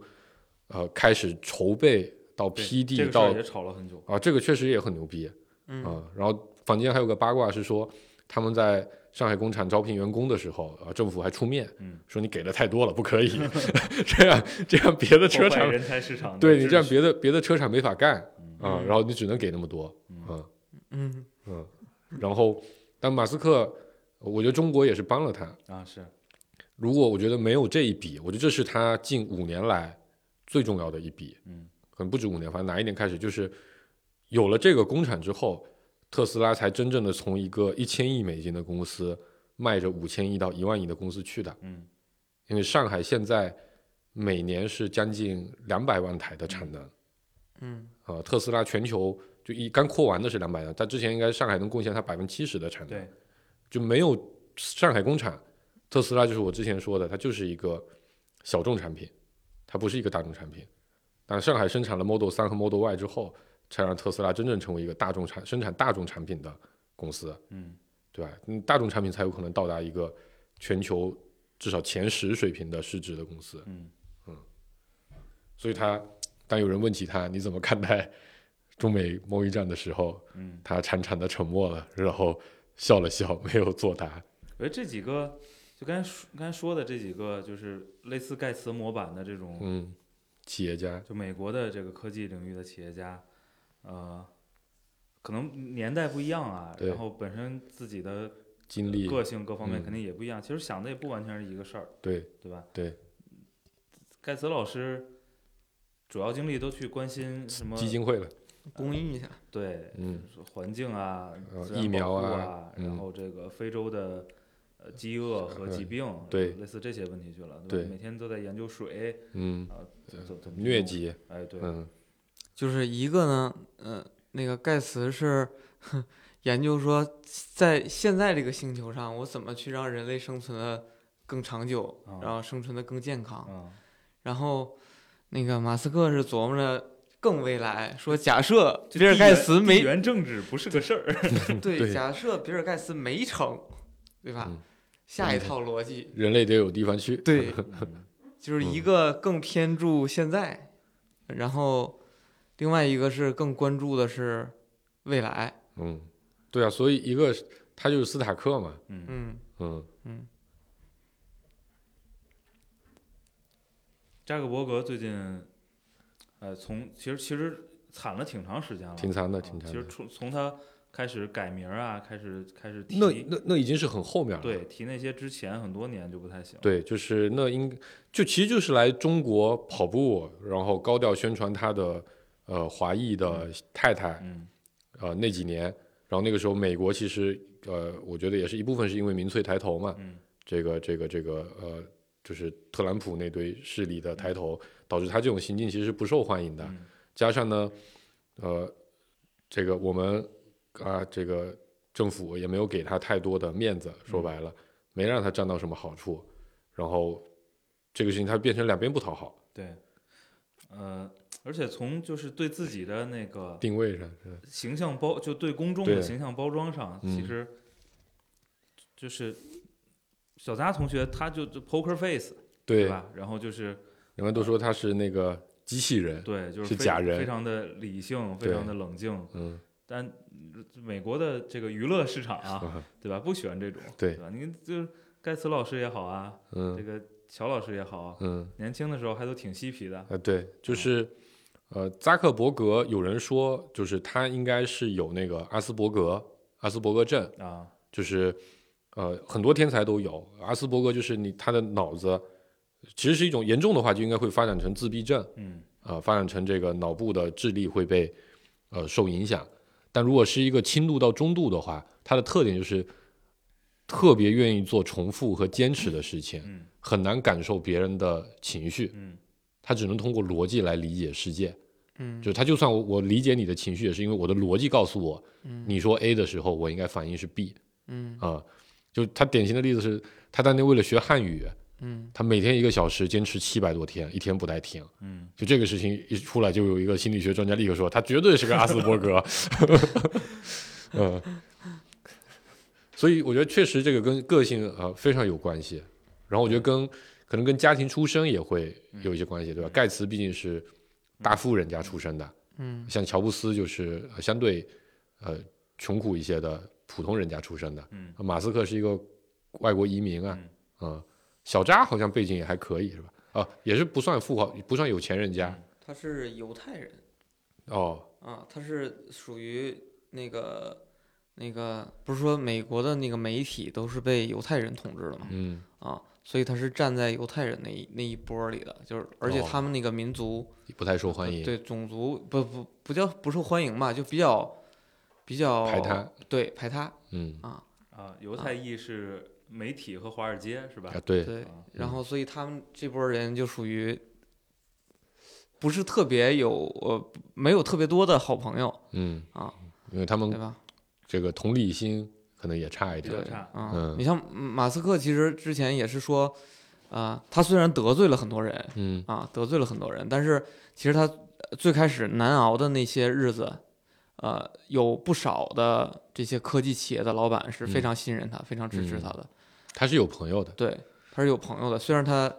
S5: 呃开始筹备到
S4: 对
S5: 批
S4: 这
S5: 地
S4: 个事
S5: 到
S4: 儿也吵了很久，
S5: 啊，这个确实也很牛逼啊、
S6: 嗯
S5: 然后坊间还有个八卦是说，他们在上海工厂招聘员工的时候，啊，政府还出面，
S4: 嗯
S5: 说你给的太多了，不可以， 这样这样别的 车
S4: 破坏
S5: 厂
S4: 人才市场的
S5: 对你这样
S4: 秩序
S5: 别的别的车厂没法干
S4: 嗯
S5: 啊、
S6: 嗯
S5: 然后你只能给那么多，
S4: 嗯
S5: 啊
S6: 嗯
S5: 嗯，然后但马斯克，我觉得中国也是帮了他。
S4: 啊是，
S5: 如果我觉得没有这一笔，我觉得这是他近五年来最重要的一笔，
S4: 嗯
S5: 可能不止五年，反正哪一年开始，就是有了这个工厂之后，特斯拉才真正的从一个一千亿美金的公司迈着五千亿到一万亿的公司去的。
S4: 嗯
S5: 因为上海现在每年是将近两百万台的产能，
S6: 嗯
S5: 呃，特斯拉全球就一刚扩完的是两百万，它之前应该上海能贡献它百分之七十的产能。
S4: 对，
S5: 就没有上海工厂，特斯拉就是我之前说的，它就是一个小众产品，它不是一个大众产品。但上海生产了 Model 3和 Model Y 之后，才让特斯拉真正成为一个大众产生产大众产品的公司，
S4: 嗯
S5: 对吧？嗯，大众产品才有可能到达一个全球至少前十水平的市值的公司。
S4: 嗯
S5: 所以他，当有人问起他你怎么看待中美贸易战的时候，
S4: 嗯，
S5: 他长长的沉默了，然后笑了笑，没有作答。
S4: 我觉得这几个就刚才说刚才说的这几个就是类似盖茨模板的这种
S5: 嗯，企业家，
S4: 就美国的这个科技领域的企业家，呃，可能年代不一样啊，
S5: 对
S4: 然后本身自己的
S5: 经历，
S4: 个性各方面
S5: 嗯
S4: 肯定也不一样，其实想的也不完全是一个事儿，
S5: 对
S4: 对吧？嗯
S5: 对，
S4: 盖茨老师主要精力都去关心什么
S5: 基金会了，
S6: 公益一下，
S4: 对，
S5: 嗯
S4: 说环境啊、
S5: 呃
S4: 自然
S5: 疫苗
S4: 保护
S5: 啊
S4: 啊，
S5: 嗯
S4: 然后这个非洲的呃饥饿和疾病，
S5: 对
S4: 类似这些问题去了，吧
S5: 对
S4: 每天都在研究水
S5: 嗯，
S4: 啊，怎怎怎么
S5: 疟
S4: 弄，
S5: 疾，
S4: 哎，对，
S5: 嗯
S6: 就是一个呢，呃，那个盖茨是哼研究说，在现在这个星球上，我怎么去让人类生存的更长久，
S4: 啊
S6: 然后生存的更健康。
S4: 嗯，
S6: 然后那个马斯克是琢磨着更未来，说假设
S4: 就
S6: 比尔
S4: 地
S6: 盖
S4: 缘
S6: 茨
S4: 地
S6: 没
S4: 缘政治不是个事儿，
S6: 对，
S5: 对
S6: 假设比尔盖茨没成，对吧？
S5: 嗯
S6: 下一套逻辑，
S5: 人类得有地方去，
S6: 对，
S4: 嗯
S6: 就是一个更偏注现在，然后另外一个是更关注的是未来。
S5: 嗯，对啊，所以一个是他就是斯塔克嘛，
S4: 嗯，
S6: 嗯
S5: 嗯
S6: 嗯
S4: 扎克伯格最近，呃，从其实其实惨了挺长时间了，
S5: 挺惨的
S4: 啊
S5: 挺惨
S4: 其实
S5: 的
S4: 从从他开始改名儿啊，开始开始提
S5: 那那那已经是很后面了，
S4: 对提那些之前很多年就不太行，
S5: 对，就是那应就其实就是来中国跑步，然后高调宣传他的呃华裔的太太，
S4: 嗯
S5: 呃那几年，然后那个时候美国其实呃，我觉得也是一部分是因为民粹抬头嘛，
S4: 嗯
S5: 这个这个这个呃，就是特朗普那堆势力的抬头，导致他这种行径其实是不受欢迎的。
S4: 嗯
S5: 加上呢，呃，这个我们啊，这个政府也没有给他太多的面子，
S4: 嗯
S5: 说白了，没让他占到什么好处。然后这个事情他变成两边不讨好，
S4: 对，呃，而且从就是对自己的那个
S5: 定位上是
S4: 形象包，就对公众的
S5: 对
S4: 形象包装上，其
S5: 嗯
S4: 实就是小扎同学他就就 poker face
S5: 对，人
S4: 吧？然后就是
S5: 们都说他是那个机器人，
S4: 对，就是
S5: 是
S4: 非
S5: 假人
S4: 非常的理性，非
S5: 对
S4: 常的冷静。
S5: 嗯。
S4: 但嗯美国的这个娱乐市场啊
S5: 嗯，
S4: 对吧？不喜欢这种，
S5: 对
S4: 吧？你就是盖茨老师也好啊，这
S5: 嗯
S4: 个乔老师也好啊，
S5: 嗯
S4: 年轻的时候还都挺嬉皮的，
S5: 啊，对，就是呃，扎克伯格有人说，就是他应该是有那个阿斯伯格阿斯伯格症，
S4: 啊，
S5: 就是呃很多天才都有。阿斯伯格就是你他的脑子其实是一种严重的话，就应该会发展成自闭症，
S4: 嗯
S5: 呃，发展成这个脑部的智力会被呃受影响。但如果是一个轻度到中度的话，它的特点就是特别愿意做重复和坚持的事情，
S4: 嗯
S5: 很难感受别人的情绪，
S4: 嗯
S5: 他只能通过逻辑来理解世界。
S6: 嗯
S5: 就是他就算我我理解你的情绪，也是因为我的逻辑告诉我，你说 A 的时候，我应该反应是 B
S6: 嗯
S5: 啊、就他典型的例子是，他当年为了学汉语，
S6: 嗯
S5: 他每天一个小时坚持七百多天，一天不带停。
S4: 嗯，
S5: 就这个事情一出来，就有一个心理学专家立刻说，他绝对是个阿斯伯格。嗯，所以我觉得确实这个跟个性呃非常有关系，然后我觉得跟可能跟家庭出身也会有一些关系，对吧？盖茨毕竟是大富人家出身的，
S6: 嗯
S5: 像乔布斯就是呃相对呃穷苦一些的普通人家出身的，
S4: 嗯，
S5: 马斯克是一个外国移民啊，
S4: 嗯
S5: 嗯，小扎好像背景也还可以是吧？啊，也是不算富豪，不算有钱人家
S6: 他是犹太人
S5: 哦，
S6: 啊，他是属于那个那个，不是说美国的那个媒体都是被犹太人统治的吗？
S5: 嗯，
S6: 啊，所以他是站在犹太人那一那一波儿里的，就是而且
S5: 哦
S6: 他们那个民族。
S5: 不太受欢迎，
S6: 对种族不不不叫不受欢迎吧，就比较比较
S5: 排他，
S6: 对排他，
S5: 嗯
S4: 啊，犹太裔是媒体和华尔街是吧
S5: 啊？对，
S6: 对，
S4: 啊
S6: 然后所以他们这波人就属于不是特别有呃没有特别多的好朋友，
S5: 嗯
S6: 啊，
S5: 因为他
S6: 对
S5: 们
S6: 吧？
S5: 这个同理心可能也差一
S4: 比
S5: 点
S6: 对
S4: 较
S5: 儿，
S4: 差
S6: 啊，
S5: 嗯
S6: 你像马斯克其实之前也是说啊、他虽然得罪了很多人
S5: 嗯
S6: 啊，得罪了很多人，但是其实他呃最开始难熬的那些日子。呃，有不少的这些科技企业的老板是非
S5: 嗯
S6: 常信任他、非常支持
S5: 嗯
S6: 他的。
S5: 他是有朋友的，
S6: 对，他是有朋友的，虽然他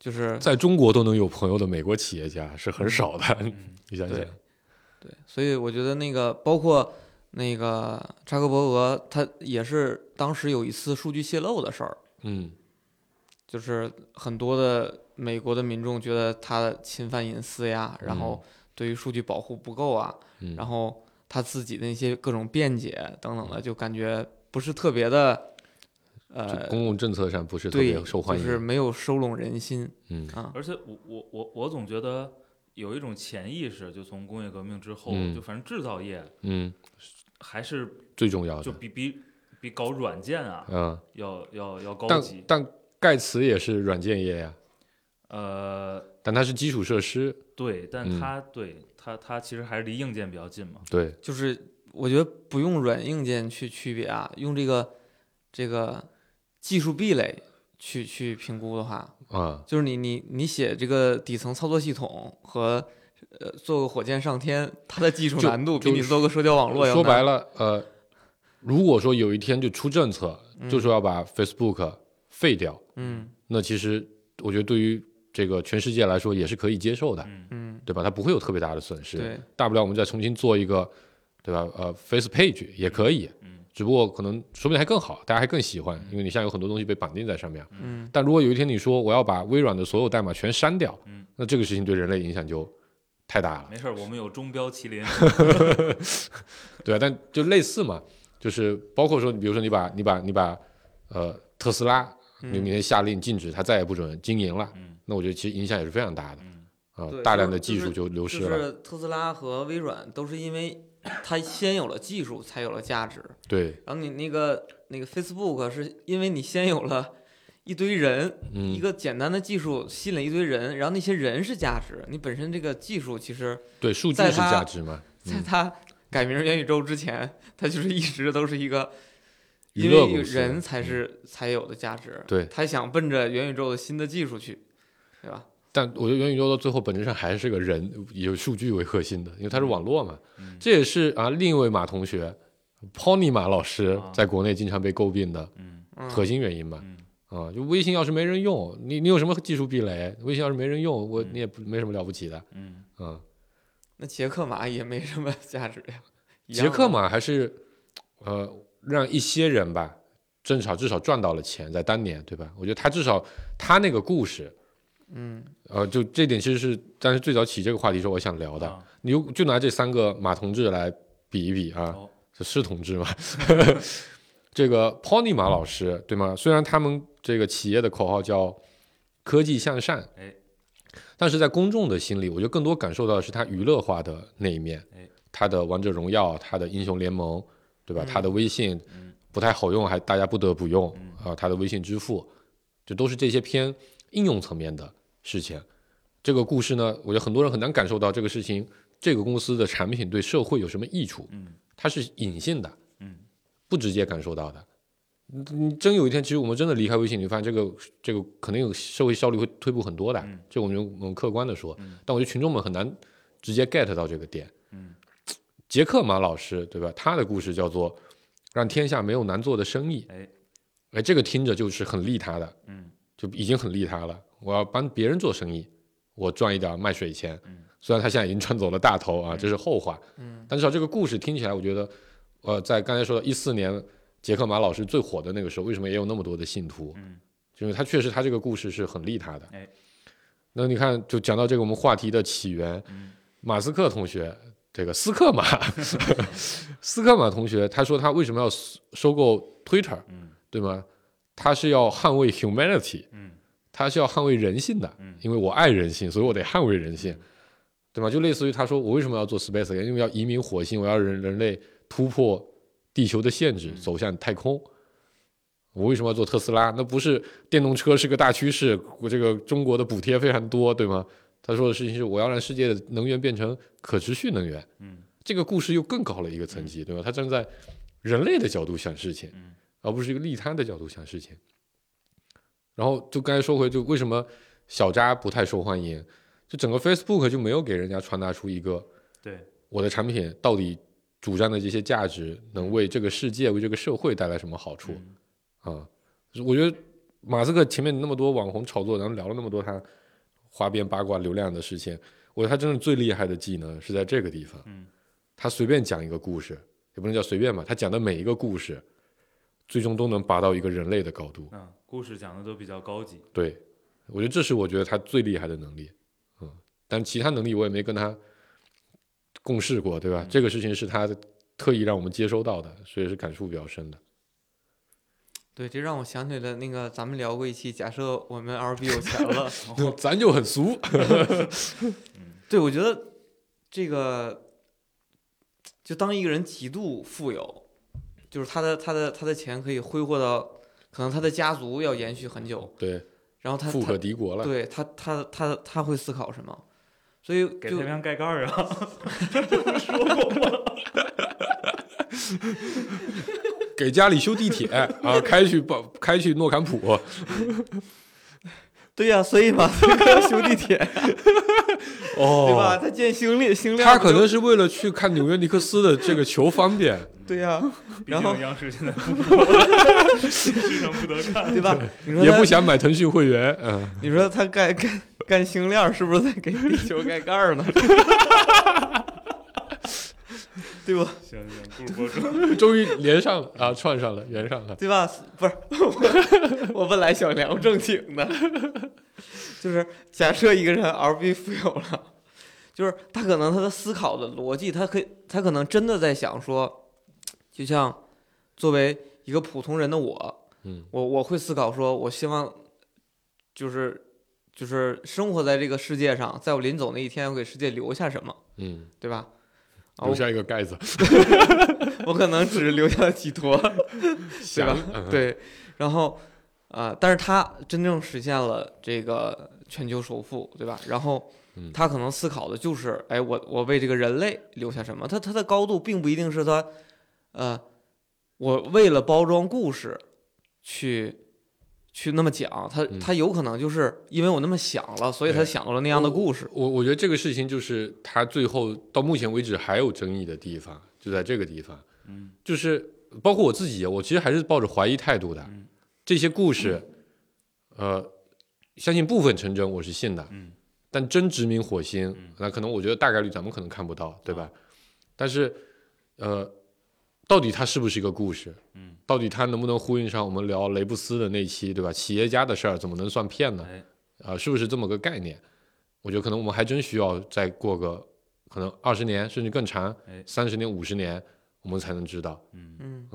S6: 就是
S5: 在中国都能有朋友的美国企业家是很少的，
S4: 嗯
S5: 你想想
S6: 对，对，所以我觉得那个包括那个扎克伯格，他也是当时有一次数据泄露的事儿，
S5: 嗯
S6: 就是很多的美国的民众觉得他侵犯隐私呀，然后对于数据保护不够啊，
S5: 嗯，
S6: 然后他自己的那些各种辩解等等的，就感觉不是特别的，
S5: 嗯就
S6: 呃，
S5: 公共政策上不是特
S6: 对
S5: 别，受欢
S6: 就是
S5: 迎，
S6: 没有收拢人心
S5: 嗯
S6: 啊，
S4: 而且我我我我总觉得有一种潜意识，就从工业革命之后，
S5: 嗯
S4: 就反正制造业
S5: 嗯，
S4: 还是
S5: 最重要
S4: 就
S5: 的，
S4: 比比比搞软件啊
S5: 嗯，
S4: 要要要高
S5: 但
S4: 级。
S5: 但盖茨也是软件业呀，
S4: 呃，
S5: 但他是基础设施，
S4: 对，但
S5: 嗯
S4: 它对它它其实还是离硬件比较近嘛。
S5: 对，
S6: 就是我觉得不用软硬件去区别啊，用这个这个技术壁垒去去评估的话，
S5: 啊，
S6: 就是你你你写这个底层操作系统和呃做个火箭上天，它的技术
S5: 就
S6: 难度
S5: 就
S6: 比你做个社交网络要
S5: 说白
S6: 难，
S5: 了，呃，如果说有一天就出政策，
S6: 嗯
S5: 就说要把 Facebook 废掉，
S6: 嗯
S5: 那其实我觉得对于这个全世界来说也是可以接受的，
S4: 嗯
S6: 嗯，
S5: 对吧？它不会有特别大的损失，
S6: 对，
S5: 大不了我们再重新做一个，对吧？呃，Face Page 也可以，
S4: 嗯
S5: 只不过可能说不定还更好，大家还更喜欢，因为你现在有很多东西被绑定在上面。
S6: 嗯
S5: 但如果有一天你说我要把微软的所有代码全删掉，
S4: 嗯，
S5: 那这个事情对人类影响就太大了。
S4: 没事儿，我们有中标麒 麟。
S5: 对啊，但就类似嘛，就是包括说，比如说你把你把你把呃特斯拉，
S6: 嗯
S5: 你明天下令禁止它再也不准经营了，
S4: 嗯
S5: 那我觉得其实影响也是非常大的
S4: 嗯
S5: 啊、
S6: 对
S5: 大
S6: 就
S5: 量
S6: 是
S5: 的
S6: 就
S5: 技术
S6: 是
S5: 就流
S6: 就
S5: 失了。
S6: 是特斯拉和微软都是因为它先有了技术才有了价值，
S5: 对，
S6: 然后你那个那个 Facebook 是因为你先有了一堆人，一
S5: 嗯，
S6: 个简单的技术吸引了一堆人，然后那些人是价值，你本身这个技术其实，
S5: 对，数据
S6: 在
S5: 是
S6: 它
S5: 价值嘛，
S6: 在
S5: 嗯，
S6: 它改名元宇宙之前，它就是一直都是一个
S5: 娱
S6: 因
S5: 乐
S6: 为有
S5: 公司嗯
S6: 人才是才有的价值。
S5: 对
S6: 他想奔着元宇宙的新的技术去，对吧？
S5: 但我觉得元宇宙到最后本质上还是个人，以数据为核心的，因为它是网络嘛。
S4: 嗯
S5: 这也是啊，另一位马同学，Pony 马老师
S4: 啊
S5: 在国内经常被诟病的
S4: 嗯
S6: 嗯，
S5: 核心原因嘛。
S4: 嗯
S5: 啊、就微信要是没人用，你你有什么技术壁垒？微信要是没人用，我
S4: 嗯
S5: 你也不没什么了不起的。
S4: 嗯
S5: 嗯，
S6: 那杰克马也没什么价值呀。一样
S5: 杰克
S6: 的，
S5: 嘛，还是呃让一些人吧，至少至少赚到了钱，在当年对吧？我觉得他至少他那个故事，
S6: 嗯
S5: 呃，就这点其实是，但是最早起这个话题是我想聊的。
S4: 啊
S5: 你就就拿这三个马同志来比一比啊
S4: 好，
S5: 这是同志吗？ 这个 Pony 马老师对吗？虽然他们这个企业的口号叫“科技向善”，
S4: 哎，
S5: 但是在公众的心里，我觉得更多感受到的是他娱乐化的那一面，
S4: 哎
S5: 他的王者荣耀，他的英雄联盟，对吧？
S6: 嗯
S5: 他的微信
S4: 嗯
S5: 不太好用，还大家不得不用
S4: 嗯
S5: 啊、他的微信支付，这都是这些偏应用层面的事情。这个故事呢，我觉得很多人很难感受到这个事情，这个公司的产品对社会有什么益处，
S4: 嗯
S5: 它是隐性的，
S4: 嗯
S5: 不直接感受到的。你你真有一天，其实我们真的离开微信，你会发现这个这个肯定有社会效率会退步很多的。
S4: 嗯
S5: 这个我们就我们客观的说，
S4: 嗯
S5: 但我觉得群众们很难直接 get 到这个点。
S4: 嗯
S5: 杰克马老师对吧？他的故事叫做“让天下没有难做的生意”。
S4: 哎
S5: 哎，这个听着就是很利他的，
S4: 嗯
S5: 就已经很利他了。我要帮别人做生意，我赚一点卖水钱。
S4: 嗯
S5: 虽然他现在已经赚走了大头啊，这是后话。
S6: 嗯
S5: 但至少这个故事听起来，我觉得，呃，在刚才说的一四年杰克马老师最火的那个时候，为什么也有那么多的信徒？
S4: 嗯
S5: 就是他确实他这个故事是很利他的。
S4: 哎
S5: 那你看，就讲到这个我们话题的起源，
S4: 嗯
S5: 马斯克同学，这个斯克马， 斯克马同学，他说他为什么要收收购 Twitter，
S4: 嗯
S5: 对吗？他是要捍卫 humanity，
S4: 嗯
S5: 他是要捍卫人性的，
S4: 嗯
S5: 因为我爱人性，所以我得捍卫人性，对吗？就类似于他说我为什么要做 Space，X，因为要移民火星，我要人人类突破地球的限制，
S4: 嗯
S5: 走向太空。我为什么要做特斯拉？那不是电动车是个大趋势，我这个中国的补贴非常多，对吗？他说的事情是我要让世界的能源变成可持续能源，
S4: 嗯
S5: 这个故事又更高了一个层级，对吧？他站在人类的角度想事情，
S4: 嗯
S5: 而不是一个利他的角度想事情。然后就刚才说回，就为什么小扎不太受欢迎，就整个 Facebook 就没有给人家传达出一个
S4: 对
S5: 我的产品到底主张的这些价值能为这个世界、为这个社会带来什么好处
S4: 嗯
S5: 啊、我觉得马斯克前面那么多网红炒作，咱们聊了那么多他花边八卦、流量的事情，我觉得他真的最厉害的技能是在这个地方。
S4: 嗯
S5: 他随便讲一个故事，也不能叫随便吧，他讲的每一个故事，最终都能拔到一个人类的高度。
S4: 嗯，故事讲的都比较高级，
S5: 对，我觉得这是我觉得他最厉害的能力。嗯，但其他能力我也没跟他共事过，对吧？
S6: 嗯
S5: 这个事情是他特意让我们接收到的，所以是感触比较深的。
S6: 对，这让我想起了那个咱们聊过一期，假设我们 LB 有钱了，
S5: 咱就很俗，
S6: 对我觉得这个，就当一个人极度富有，就是他的他的他的钱可以挥霍到，可能他的家族要延续很久，
S5: 对，
S6: 然后他
S5: 富可
S6: 他
S5: 敌国了。
S6: 对他他他他会思考什么，所以
S4: 给
S6: 就
S4: 太平洋盖盖儿 啊，
S5: 给家里修地铁啊，开去报，开去诺 坎普，
S6: 对呀、所以嘛，他要修地 铁，
S5: 哦
S6: 对吧？他建星链星链，
S5: 他可能是为了去看纽约尼克斯的这个球方便，
S6: 对呀、
S4: 毕
S6: 然后
S4: 竟央视现在不 播，非常不得看。
S6: 对吧？ 你说
S5: 也
S6: 他
S5: 不想买腾讯会员，嗯，
S6: 你说他干干干星链儿是不是在给地球盖盖 儿呢？ 对吧？
S4: 行行，不如播出。
S5: 终于连上了啊，串上了，连上了。
S6: 对吧？不是， 我我本来想聊正经 的，就是假设一个人 LB 富有了，就是他可能他的思考的逻辑，他可以他可能真的在想说，就像作为一个普通人的我，
S5: 嗯
S6: 我我会思考说，我希望就是就是生活在这个世界上，在我临走那一天，我给世界留下什么，
S5: 嗯，
S6: 对吧？啊，
S5: 留
S6: 我
S5: 下一个盖子，
S6: 我可能只留下了寄托，对
S5: 对
S6: 吧？？对，然后啊、呃但是他真正实现了这个全球首富，对吧？然后
S5: 嗯
S6: 他可能思考的就是，哎，我我为这个人类留下什么？他他的高度并不一定是他，呃，我为了包装故事去。去那么讲，他
S5: 嗯
S6: 他有可能就是因为我那么想了，所以他
S5: 对
S6: 想到了那样的故事。
S5: 我我觉得这个事情就是他最后到目前为止还有争议的地方，就在这个地方，
S4: 嗯
S5: 就是包括我自己，啊我其实还是抱着怀疑态度的。
S4: 嗯
S5: 这些故事，呃，相信部分成真，我是信的。
S4: 嗯
S5: 但真殖民火星
S4: 嗯，
S5: 那可能我觉得大概率咱们可能看不到，对吧？但是，呃，到底它是不是一个故事？
S4: 嗯，
S5: 到底它能不能呼应上我们聊雷布斯的那期，对吧？企业家的事儿怎么能算骗呢？
S4: 哎，
S5: 呃，是不是这么个概念？我觉得可能我们还真需要再过个可能二十年，甚至更长
S4: 哎，
S5: 三十年、五十年，我们才能知道。
S4: 嗯
S6: 嗯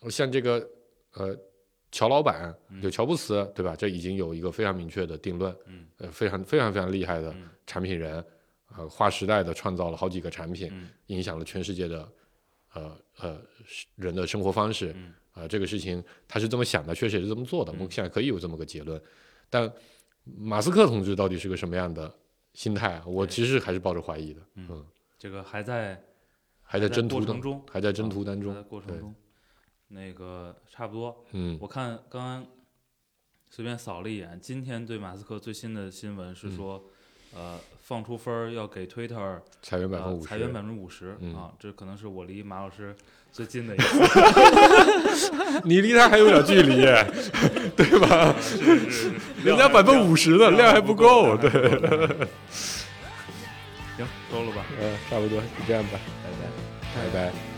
S5: 嗯，像这个呃，乔老板
S4: 嗯
S5: 有乔布斯，对吧？这已经有一个非常明确的定论，
S4: 嗯，
S5: 呃，非常非常非常厉害的
S4: 嗯
S5: 产品人，呃，划时代的创造了好几个产品，
S4: 嗯
S5: 影响了全世界的呃呃是人的生活方式，
S4: 嗯
S5: 啊、这个事情他是这么想的，确实也是这么做的，我们
S4: 嗯
S5: 现在可以有这么个结论。但马斯克同志到底是个什么样的心态啊？我
S4: 对
S5: 其实还是抱着怀疑的，
S4: 嗯
S5: 嗯，
S4: 这个还在
S5: 还在
S4: 在
S5: 征
S4: 过
S5: 途
S4: 程中
S5: 还在征
S4: 啊
S5: 途当
S4: 还
S5: 中
S4: 在，过程
S5: 对，
S4: 中，那个差不多。
S5: 嗯
S4: 我看刚刚随便扫了一眼，今天对马斯克最新的新闻是
S5: 嗯
S4: 说，呃，放出分儿要给 Twitter
S5: 裁员百分
S4: 呃
S5: 之五十，
S4: 裁员百分之五十
S5: 嗯
S4: 啊，这可能是我离马老师最近 的一次，
S5: 你离他还有点距离，对吧？人家百分之五十的量还不够，对，
S4: 对。行，收了吧，
S5: 嗯，差不多是这样吧，
S4: 拜拜。
S5: 拜拜。